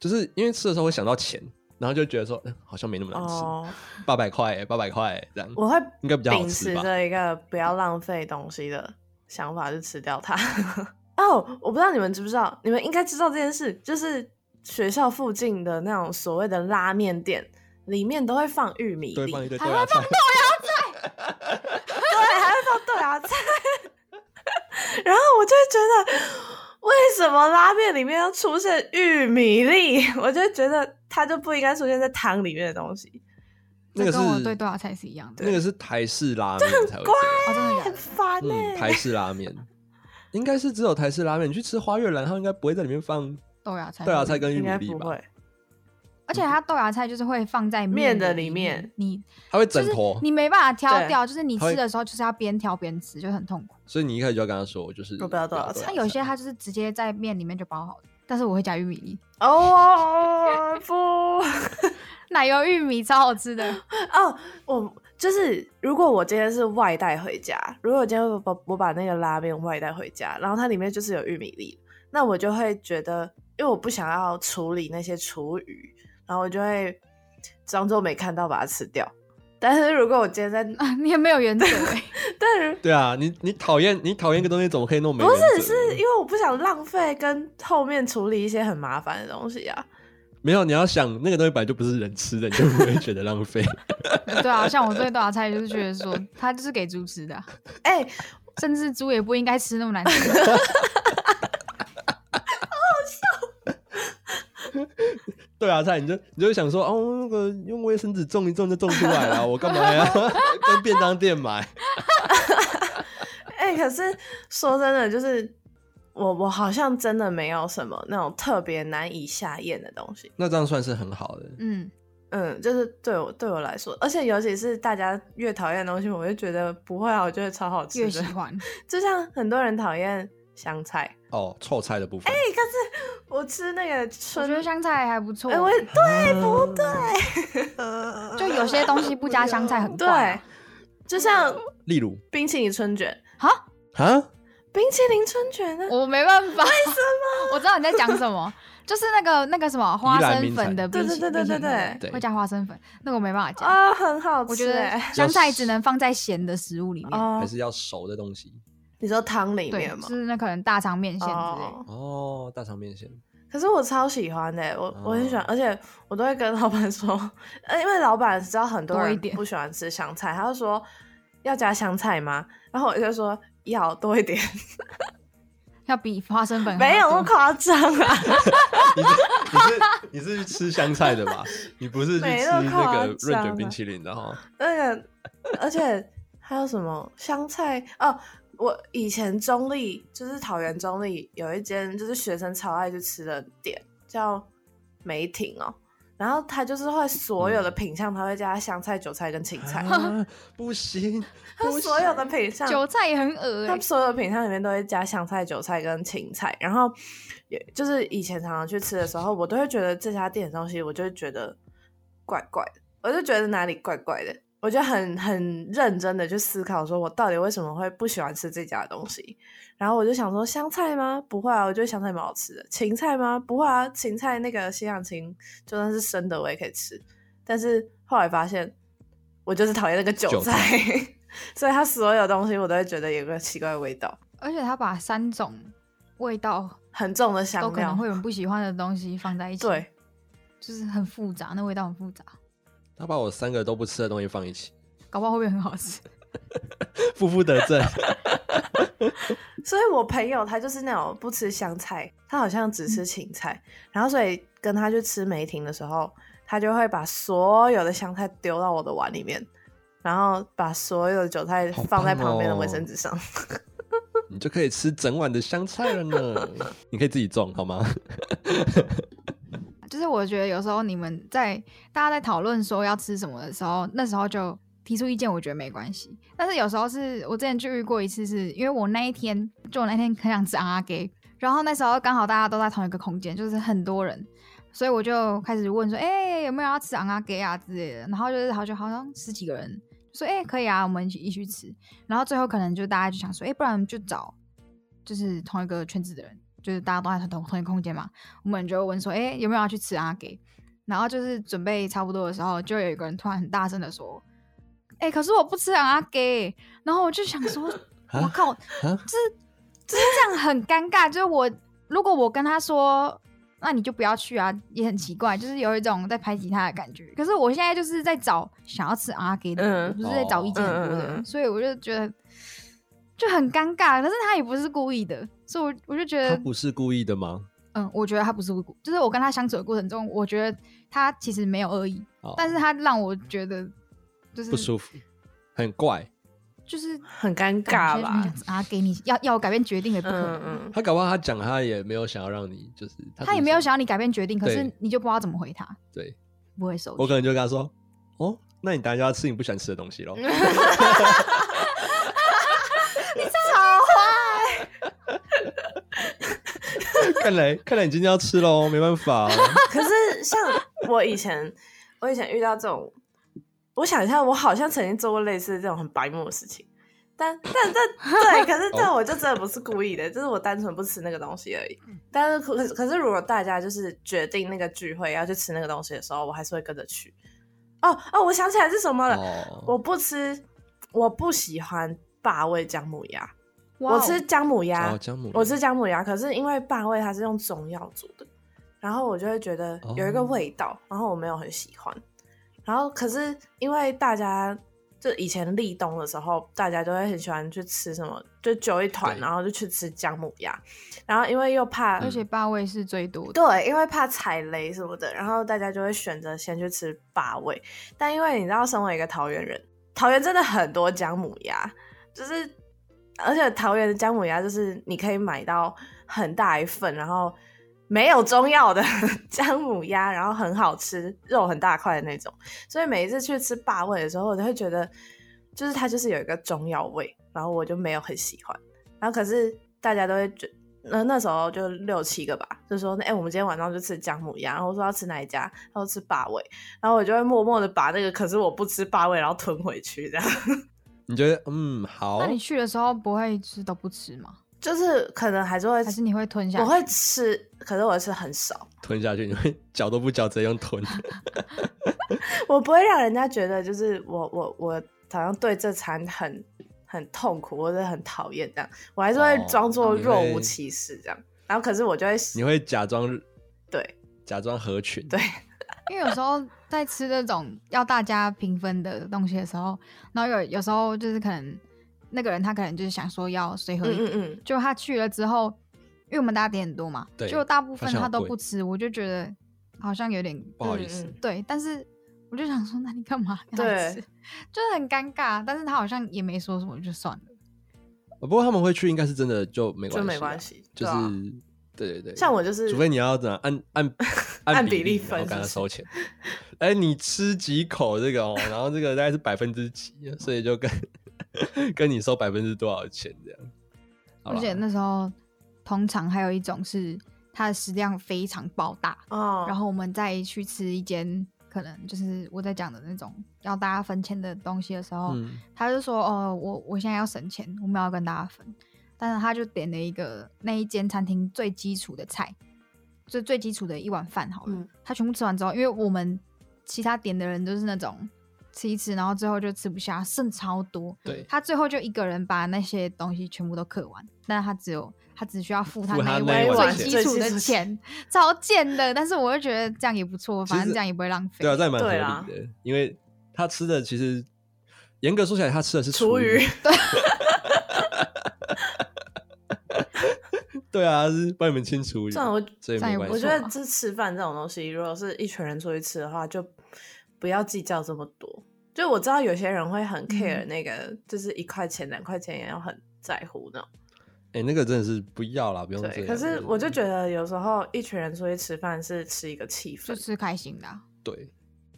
[SPEAKER 2] 就是因为吃的时候会想到钱，然后就觉得说，嗯，好像没那么难吃，
[SPEAKER 3] 哦，
[SPEAKER 2] 八百块，八百块这样，
[SPEAKER 3] 我会
[SPEAKER 2] 应该比较好
[SPEAKER 3] 秉
[SPEAKER 2] 吃
[SPEAKER 3] 持
[SPEAKER 2] 吧？
[SPEAKER 3] 着一个不要浪费东西的想法去吃掉它。 [LAUGHS] 哦，我不知道你们知不知道，你们应该知道这件事，就是学校附近的那种所谓的拉面店，里面都会放玉米
[SPEAKER 2] 对，啊
[SPEAKER 3] 粒，
[SPEAKER 2] 放一堆
[SPEAKER 1] 还
[SPEAKER 2] 豆芽菜，
[SPEAKER 3] 对，还会放豆芽 [LAUGHS] 菜。然后我就会觉得，为什么拉面里面要出现玉米粒？ [LAUGHS] 我就会觉得它就不应该出现在汤里面的东西，
[SPEAKER 2] 那个
[SPEAKER 1] 这跟我对
[SPEAKER 2] 是
[SPEAKER 1] 豆芽菜是一样的。
[SPEAKER 2] 那个是台式拉面才会这样，
[SPEAKER 1] 哦，真的假
[SPEAKER 3] 很
[SPEAKER 1] 的？
[SPEAKER 3] 烦欸呢、
[SPEAKER 2] 嗯，台式拉
[SPEAKER 3] [LAUGHS]
[SPEAKER 2] 面。应该是只有台式拉面，你去吃花月兰，它应该不会在里面放
[SPEAKER 1] 豆芽菜，
[SPEAKER 2] 豆芽菜跟玉
[SPEAKER 3] 哎应
[SPEAKER 2] 米
[SPEAKER 3] 该
[SPEAKER 2] 粒
[SPEAKER 3] 不
[SPEAKER 2] 吧？
[SPEAKER 3] 会。
[SPEAKER 1] 而且它豆芽菜就是会放在
[SPEAKER 3] 面的
[SPEAKER 1] 的
[SPEAKER 3] 里面
[SPEAKER 1] 面，你
[SPEAKER 2] 它会
[SPEAKER 1] 就
[SPEAKER 2] 整
[SPEAKER 1] 是
[SPEAKER 2] 坨，
[SPEAKER 1] 你没办法挑
[SPEAKER 3] 对
[SPEAKER 1] 掉，就是你
[SPEAKER 2] 它会
[SPEAKER 1] 吃的时候就是要边挑边吃，就很痛苦。
[SPEAKER 2] 所以你一开始就要跟他说，我啊就是
[SPEAKER 3] 我不要豆芽菜
[SPEAKER 1] 那有些它就是直接在面里面就包好的，但是我会加玉米粒，
[SPEAKER 3] 哦不。
[SPEAKER 1] 奶油玉米超好吃
[SPEAKER 3] [LAUGHS]
[SPEAKER 1] 的。
[SPEAKER 3] 哦，我就是如果我今天是外带回家，如果我今天我把我把那个拉面外带回家，然后它里面就是有玉米粒，那我就会觉得，因为我不想要处理那些厨余，然后我就会装作没看到把它吃掉。但是如果我今天在，
[SPEAKER 1] 啊，你很没有原则欸
[SPEAKER 3] [LAUGHS] 但是
[SPEAKER 2] 对啊，你你讨厌你讨厌一个东西，怎么可以弄没
[SPEAKER 3] 不
[SPEAKER 2] 原则呢？
[SPEAKER 3] 是是因为我不想浪费跟后面处理一些很麻烦的东西啊。
[SPEAKER 2] 没有，你要想那个东西本来就不是人吃的，你就不会觉得浪
[SPEAKER 3] [LAUGHS]
[SPEAKER 2] 费。
[SPEAKER 1] [LAUGHS] 对啊，像我对豆芽菜就是觉得说，它就是给猪吃的啊，
[SPEAKER 3] 哎、
[SPEAKER 1] 甚至猪也不应该吃那么难吃。
[SPEAKER 2] 对啊，菜你就你就会想说，哦，那个用卫生纸种一种就种出来了，我干嘛
[SPEAKER 3] [LAUGHS]
[SPEAKER 2] 呀？跟便当店买？
[SPEAKER 3] 哎、可是说真的，就是我我好像真的没有什么那种特别难以下咽的东西。
[SPEAKER 2] 那这样算是很好的。
[SPEAKER 1] 嗯，
[SPEAKER 3] 嗯，就是对我对我来说，而且尤其是大家越讨厌的东西，我就觉得不会啊，我觉得超好吃
[SPEAKER 1] 越喜
[SPEAKER 3] 的。
[SPEAKER 1] 欢。
[SPEAKER 3] 就像很多人讨厌香菜。
[SPEAKER 2] 哦，臭菜的部分，
[SPEAKER 3] 哎、可是我吃那个
[SPEAKER 1] 我
[SPEAKER 3] 春
[SPEAKER 1] 觉得，香菜还不错
[SPEAKER 3] 哎、，我也对不
[SPEAKER 2] 啊
[SPEAKER 3] 对？ [LAUGHS]
[SPEAKER 1] 就有些东西不加香菜很怪
[SPEAKER 3] 对
[SPEAKER 1] 啊。，
[SPEAKER 3] 就像
[SPEAKER 2] 例如
[SPEAKER 3] 冰淇淋春卷，
[SPEAKER 1] 哈，
[SPEAKER 2] 啊，
[SPEAKER 3] 冰淇淋春卷呢？
[SPEAKER 1] 我没办法，为什么？ [LAUGHS] 我知道你在讲什么，就是那个那个什么花生粉的冰淇
[SPEAKER 3] 对对对对对
[SPEAKER 1] 冰淇淋
[SPEAKER 2] 对
[SPEAKER 1] 会加花生粉，那个我没办法加。
[SPEAKER 3] 啊，很好吃、
[SPEAKER 1] 我觉得
[SPEAKER 3] 哎
[SPEAKER 1] 香菜只能放在咸的食物里面，
[SPEAKER 3] 哦
[SPEAKER 2] 还，是要熟的东西
[SPEAKER 3] 你说汤里
[SPEAKER 1] 对，
[SPEAKER 3] 面
[SPEAKER 1] 就
[SPEAKER 3] 吗？
[SPEAKER 1] 是那可能大肠面线之类的。
[SPEAKER 3] 哦，
[SPEAKER 2] 哦，大肠面线，
[SPEAKER 3] 可是我超喜欢的、欸我我很喜欢
[SPEAKER 2] 哦，
[SPEAKER 3] 而且我都会跟老板说， [LAUGHS] 呃，因为老板知道很多
[SPEAKER 1] 多一
[SPEAKER 3] 人
[SPEAKER 1] 点
[SPEAKER 3] 不喜欢吃香菜，他就说要加香菜吗？然后我就说要多一点，
[SPEAKER 1] 要比花生粉还
[SPEAKER 3] 没有
[SPEAKER 1] 多
[SPEAKER 3] 那么夸张啊， [LAUGHS]
[SPEAKER 2] 你是你是你是去吃香菜的吧？你不是去
[SPEAKER 3] 没
[SPEAKER 2] 吃
[SPEAKER 3] 那么
[SPEAKER 2] 那个
[SPEAKER 3] 夸张
[SPEAKER 2] 润
[SPEAKER 3] 啊
[SPEAKER 2] 卷冰淇淋的哈？
[SPEAKER 3] 那个，而且还有什么香菜哦？我以前中立就是桃园中立有一间就是学生超爱去吃的店叫梅亭哦，然后它就是会所有的品相，它会加香菜、韭菜跟芹菜，
[SPEAKER 1] [LAUGHS]
[SPEAKER 2] 嗯啊不行，
[SPEAKER 3] 它
[SPEAKER 2] 不
[SPEAKER 3] 所有的
[SPEAKER 2] 行
[SPEAKER 3] 品相，
[SPEAKER 1] 韭菜也很恶
[SPEAKER 3] 它
[SPEAKER 1] 欸
[SPEAKER 3] 所有的品相里面都会加香菜、韭菜跟芹菜，然后也就是以前常常去吃的时候，我都会觉得这家店的东西，我就会觉得怪怪的，我就觉得哪里怪怪的，我就很很认真的去思考，说我到底为什么会不喜欢吃这家的东西。然后我就想说，香菜吗？不会啊，我觉得香菜蛮好吃的。芹菜吗？不会啊，芹菜那个西洋芹就算是生的我也可以吃。但是后来发现，我就是讨厌那个韭
[SPEAKER 2] 韭
[SPEAKER 3] 菜， [LAUGHS]
[SPEAKER 2] 菜
[SPEAKER 3] 所以它所有东西我都会觉得有个奇怪的味道，
[SPEAKER 1] 而且他把三种味道
[SPEAKER 3] 很重的香
[SPEAKER 1] 都可
[SPEAKER 3] 料
[SPEAKER 1] 能。会有人不喜欢的东西放在一起，
[SPEAKER 3] 对，
[SPEAKER 1] 就是很复杂，那味道很复杂，
[SPEAKER 2] 他把我三个都不吃的东西放一起，
[SPEAKER 1] 搞不好会不会很好吃？
[SPEAKER 2] 负负得正。
[SPEAKER 3] 所以我朋友他就是那种不吃香菜，他好像
[SPEAKER 1] 嗯
[SPEAKER 3] 只吃芹菜，然后所以跟他去吃梅亭的时候，他就会把所有的香菜丢到我的碗里面。然后把所有的韭菜
[SPEAKER 2] 好
[SPEAKER 3] 放在
[SPEAKER 2] 棒
[SPEAKER 3] 旁边的卫
[SPEAKER 2] 哦
[SPEAKER 3] 生纸上，
[SPEAKER 2] 你就可以吃整碗的香菜了呢。你可以自己种好吗？
[SPEAKER 1] 就是我觉得有时候你们在大家在讨论说要吃什么的时候，那时候就提出意见，我觉得没关系。但是有时候是我之前就遇过一次是，因为我那一天就我那天很想吃阿给，然后那时候刚好大家都在同一个空间，就是很多人。所以我就开始问说，哎、有没有要吃昂阿给啊之类的？然后就是好像好像十几个人，就说，哎、可以啊，我们一起一起去吃。然后最后可能就大家就想说，哎、不然我们就找就是同一个圈子的人，就是大家都在同同一个空间嘛，我们就问说，哎、有没有要去吃阿给？然后就是准备差不多的时候，就有一个人突然很大声的说，哎、可是我不吃阿给。然后我就想说，
[SPEAKER 2] [LAUGHS] 啊
[SPEAKER 1] 我靠，
[SPEAKER 2] 啊，
[SPEAKER 1] 就是这样很尴尬。就是我如果我跟他说，那你就不要去啊，也很奇怪，就是有一种在排挤他的感觉。可是我现在就是在找想要吃阿给的人，
[SPEAKER 3] 嗯
[SPEAKER 1] 我不是在找意见很多的人，
[SPEAKER 3] 哦嗯嗯嗯
[SPEAKER 1] 所以我就觉得就很尴尬。可是他也不是故意的，所以我我就觉
[SPEAKER 2] 他
[SPEAKER 1] 得，
[SPEAKER 2] 不是故意的吗？
[SPEAKER 1] 嗯，我觉得他不是故意，就是我跟他相处的过程中，我觉得他其实没有恶意，
[SPEAKER 2] 哦
[SPEAKER 1] 但是他让我觉得就是
[SPEAKER 2] 不舒服，
[SPEAKER 3] 嗯
[SPEAKER 2] 很怪。
[SPEAKER 1] 就是。
[SPEAKER 3] 很尴尬吧？
[SPEAKER 1] 啊，给你要要我改变决定也不可能，
[SPEAKER 3] 嗯嗯，
[SPEAKER 2] 他搞不好他讲他也没有想要让你，就是
[SPEAKER 1] 他也没有想要你改变决定，可是
[SPEAKER 2] 对
[SPEAKER 1] 你就不知道怎么回他，
[SPEAKER 2] 对
[SPEAKER 1] 不会收
[SPEAKER 2] 我可
[SPEAKER 1] 气。
[SPEAKER 2] 能就跟他说，哦，那你等下就要吃你不喜欢吃的东
[SPEAKER 3] [LAUGHS]
[SPEAKER 2] 西喽。看来看来你今天要吃喽，没办法哦。
[SPEAKER 3] 可是像我以前，我以前遇到这种，我想一下，我好像曾经做过类似这种很白目的事情，但但
[SPEAKER 1] [LAUGHS]
[SPEAKER 3] 但对，可是但我就真的不是故意的，就是我单纯不吃那个东西而已。
[SPEAKER 1] 嗯
[SPEAKER 3] 但是可可是可是，如果大家就是决定那个聚会要去吃那个东西的时候，我还是会跟着去。哦哦，我想起来是什么了，
[SPEAKER 2] 哦，
[SPEAKER 3] 我不吃，我不喜欢霸味姜母鸭，
[SPEAKER 1] 哇哦
[SPEAKER 3] 我吃姜母鸭，
[SPEAKER 2] 哦姜母
[SPEAKER 3] 啊我吃姜母鸭，可是因为霸味它是用中药做的，然后我就会觉得有一个
[SPEAKER 2] 哦
[SPEAKER 3] 味道，然后我没有很喜欢。然后可是因为大家就以前立冬的时候，大家都会很喜欢去吃什么，就揪一团，
[SPEAKER 2] 对嗯
[SPEAKER 3] 然后就去吃姜母鸭。然后因为又怕，
[SPEAKER 1] 而且八位是最多的，
[SPEAKER 3] 对，因为怕踩雷什么的，然后大家就会选择先去吃霸味。但因为你知道，身为一个桃园人，桃园真的很多姜母鸭，就是而且桃园的姜母鸭就是你可以买到很大一份，然后没有中药的 [LAUGHS] 姜母鸭，然后很好吃，肉很大块的那种。所以每一次去吃霸味的时候，我都会觉得，就是它就是有一个中药味，然后我就没有很喜欢。然后可是大家都会觉，那那时候就六七个吧，就说哎、我们今天晚上就吃姜母鸭，然后说要吃哪一家，他说吃霸味，然后我就会默默的把那个可是我不吃霸味，然后吞回去这样。 [LAUGHS]
[SPEAKER 2] 你觉得嗯好
[SPEAKER 1] 那？你去的时候不会吃都不吃吗？
[SPEAKER 3] 就是可能还是会，
[SPEAKER 1] 还是你会吞下去？
[SPEAKER 3] 呃我会吃，可是我会吃很少， [LAUGHS]
[SPEAKER 2] 吞下去，你会嚼都不嚼，直接用吞。
[SPEAKER 3] 我不会让人家觉得就是我我我好像对这餐很很痛苦或者很讨厌这样，我还是会
[SPEAKER 2] 哦
[SPEAKER 3] 装作
[SPEAKER 2] 你
[SPEAKER 3] 若无
[SPEAKER 2] 会
[SPEAKER 3] 其事这样，然后可是我就会
[SPEAKER 2] 你会假装
[SPEAKER 3] 对
[SPEAKER 2] 假装合群，
[SPEAKER 3] 对，
[SPEAKER 1] 因为有时候在吃这种要大家平分的东西的时候，然后有有时候就是可能那个人他可能就是想说要随和一
[SPEAKER 3] 嗯
[SPEAKER 1] 点，
[SPEAKER 3] 嗯嗯，
[SPEAKER 1] 就他去了之后，因为我们大家点很多嘛，
[SPEAKER 2] 对
[SPEAKER 1] 就大部分
[SPEAKER 2] 发现
[SPEAKER 1] 他
[SPEAKER 2] 好
[SPEAKER 1] 都
[SPEAKER 2] 贵
[SPEAKER 1] 不吃，我就觉得好像有点
[SPEAKER 2] 不好
[SPEAKER 1] 对
[SPEAKER 2] 意思
[SPEAKER 3] 嗯嗯
[SPEAKER 1] 对，但是我就想说，那你干嘛 [LAUGHS] 跟他吃？
[SPEAKER 3] 对
[SPEAKER 1] 就是很尴尬，但是他好像也没说什么，就算了。
[SPEAKER 2] 不过他们会去，应该是真的就没关
[SPEAKER 3] 就
[SPEAKER 2] 系，
[SPEAKER 3] 没关，系，
[SPEAKER 2] 就
[SPEAKER 3] 对
[SPEAKER 2] 是
[SPEAKER 3] 啊
[SPEAKER 2] 对对对，
[SPEAKER 3] 像我就是，
[SPEAKER 2] 除非你要怎样
[SPEAKER 3] [LAUGHS]
[SPEAKER 2] 按按
[SPEAKER 3] 按比
[SPEAKER 2] 比
[SPEAKER 3] 例
[SPEAKER 2] 例
[SPEAKER 3] 分
[SPEAKER 2] 然后跟
[SPEAKER 3] 是不
[SPEAKER 2] 他
[SPEAKER 3] 是
[SPEAKER 2] 收钱。哎，你吃几口这个
[SPEAKER 3] [LAUGHS]
[SPEAKER 2] 哦，然后这个大概是百分之几，所以就跟 [LAUGHS] 跟你收百分之多少钱这样。好
[SPEAKER 1] 而且
[SPEAKER 2] 啦
[SPEAKER 1] 那时候通常还有一种是它的食量非常爆大，
[SPEAKER 3] 哦，
[SPEAKER 1] 然后我们再去吃一间可能就是我在讲的那种要大家分钱的东西的时候，
[SPEAKER 2] 嗯，
[SPEAKER 1] 他就说：“哦，我我现在要省钱，我们要跟大家分。”但是他就点了一个那一间餐厅最基础的菜，就最基础的一碗饭好了。
[SPEAKER 3] 嗯
[SPEAKER 1] 他全部吃完之后，因为我们其他点的人都是那种吃一吃，然后最后就吃不下，剩超多。
[SPEAKER 2] 对，
[SPEAKER 1] 他最后就一个人把那些东西全部都嗑完，但他只有他只需要付他
[SPEAKER 2] 付他
[SPEAKER 1] 一
[SPEAKER 2] 那一
[SPEAKER 1] 最
[SPEAKER 2] 碗
[SPEAKER 1] 基础
[SPEAKER 3] 钱最基础
[SPEAKER 1] 的
[SPEAKER 3] 的
[SPEAKER 1] 钱，超贱的。但是我就觉得这样也不错，反
[SPEAKER 2] 其
[SPEAKER 1] 正
[SPEAKER 2] 实
[SPEAKER 1] 这样也不会浪费。
[SPEAKER 2] 对啊，这样蛮合
[SPEAKER 3] 对啊
[SPEAKER 2] 理的，因为他吃的其实严格说起来，他吃的是
[SPEAKER 3] 厨
[SPEAKER 2] 余
[SPEAKER 3] 余，
[SPEAKER 2] [LAUGHS] 对啊，是帮你们清厨余，
[SPEAKER 3] 这样我
[SPEAKER 2] 所以
[SPEAKER 1] 这样
[SPEAKER 2] 没啊
[SPEAKER 1] 也
[SPEAKER 2] 关
[SPEAKER 1] 不
[SPEAKER 3] 我
[SPEAKER 2] 系
[SPEAKER 3] 觉
[SPEAKER 1] 错。
[SPEAKER 3] 得
[SPEAKER 1] 嘛
[SPEAKER 3] 这吃饭这种东西，如果是一群人出去吃的话，就不要计较这么多。就我知道有些人会
[SPEAKER 2] 嗯
[SPEAKER 3] 很 care 那个，就是一块钱两块钱也要很在乎那种。
[SPEAKER 2] 哎，那个真的是不要啦，不用这
[SPEAKER 3] 对，
[SPEAKER 2] 样。
[SPEAKER 3] 可是我就
[SPEAKER 2] 得
[SPEAKER 3] 觉得有时候一群人出去吃饭是吃一个气氛
[SPEAKER 1] 就，吃开心的啊、
[SPEAKER 2] 对。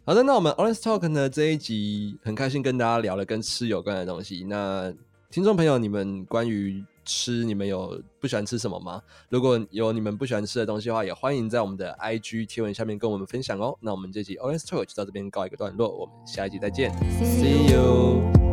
[SPEAKER 2] 好的，那我们 Honest Talk 呢这一集很开心跟大家聊了跟吃有关的东西。那听众朋友，你们关于吃，你们有不喜欢吃什么吗？如果有你们不喜欢吃的东西的话，也欢迎在我们的 IG 贴文下面跟我们分享哦。那我们这集 Honest Talk 就到这边告一个段落，我们下一集再见
[SPEAKER 1] See you
[SPEAKER 2] ，See you。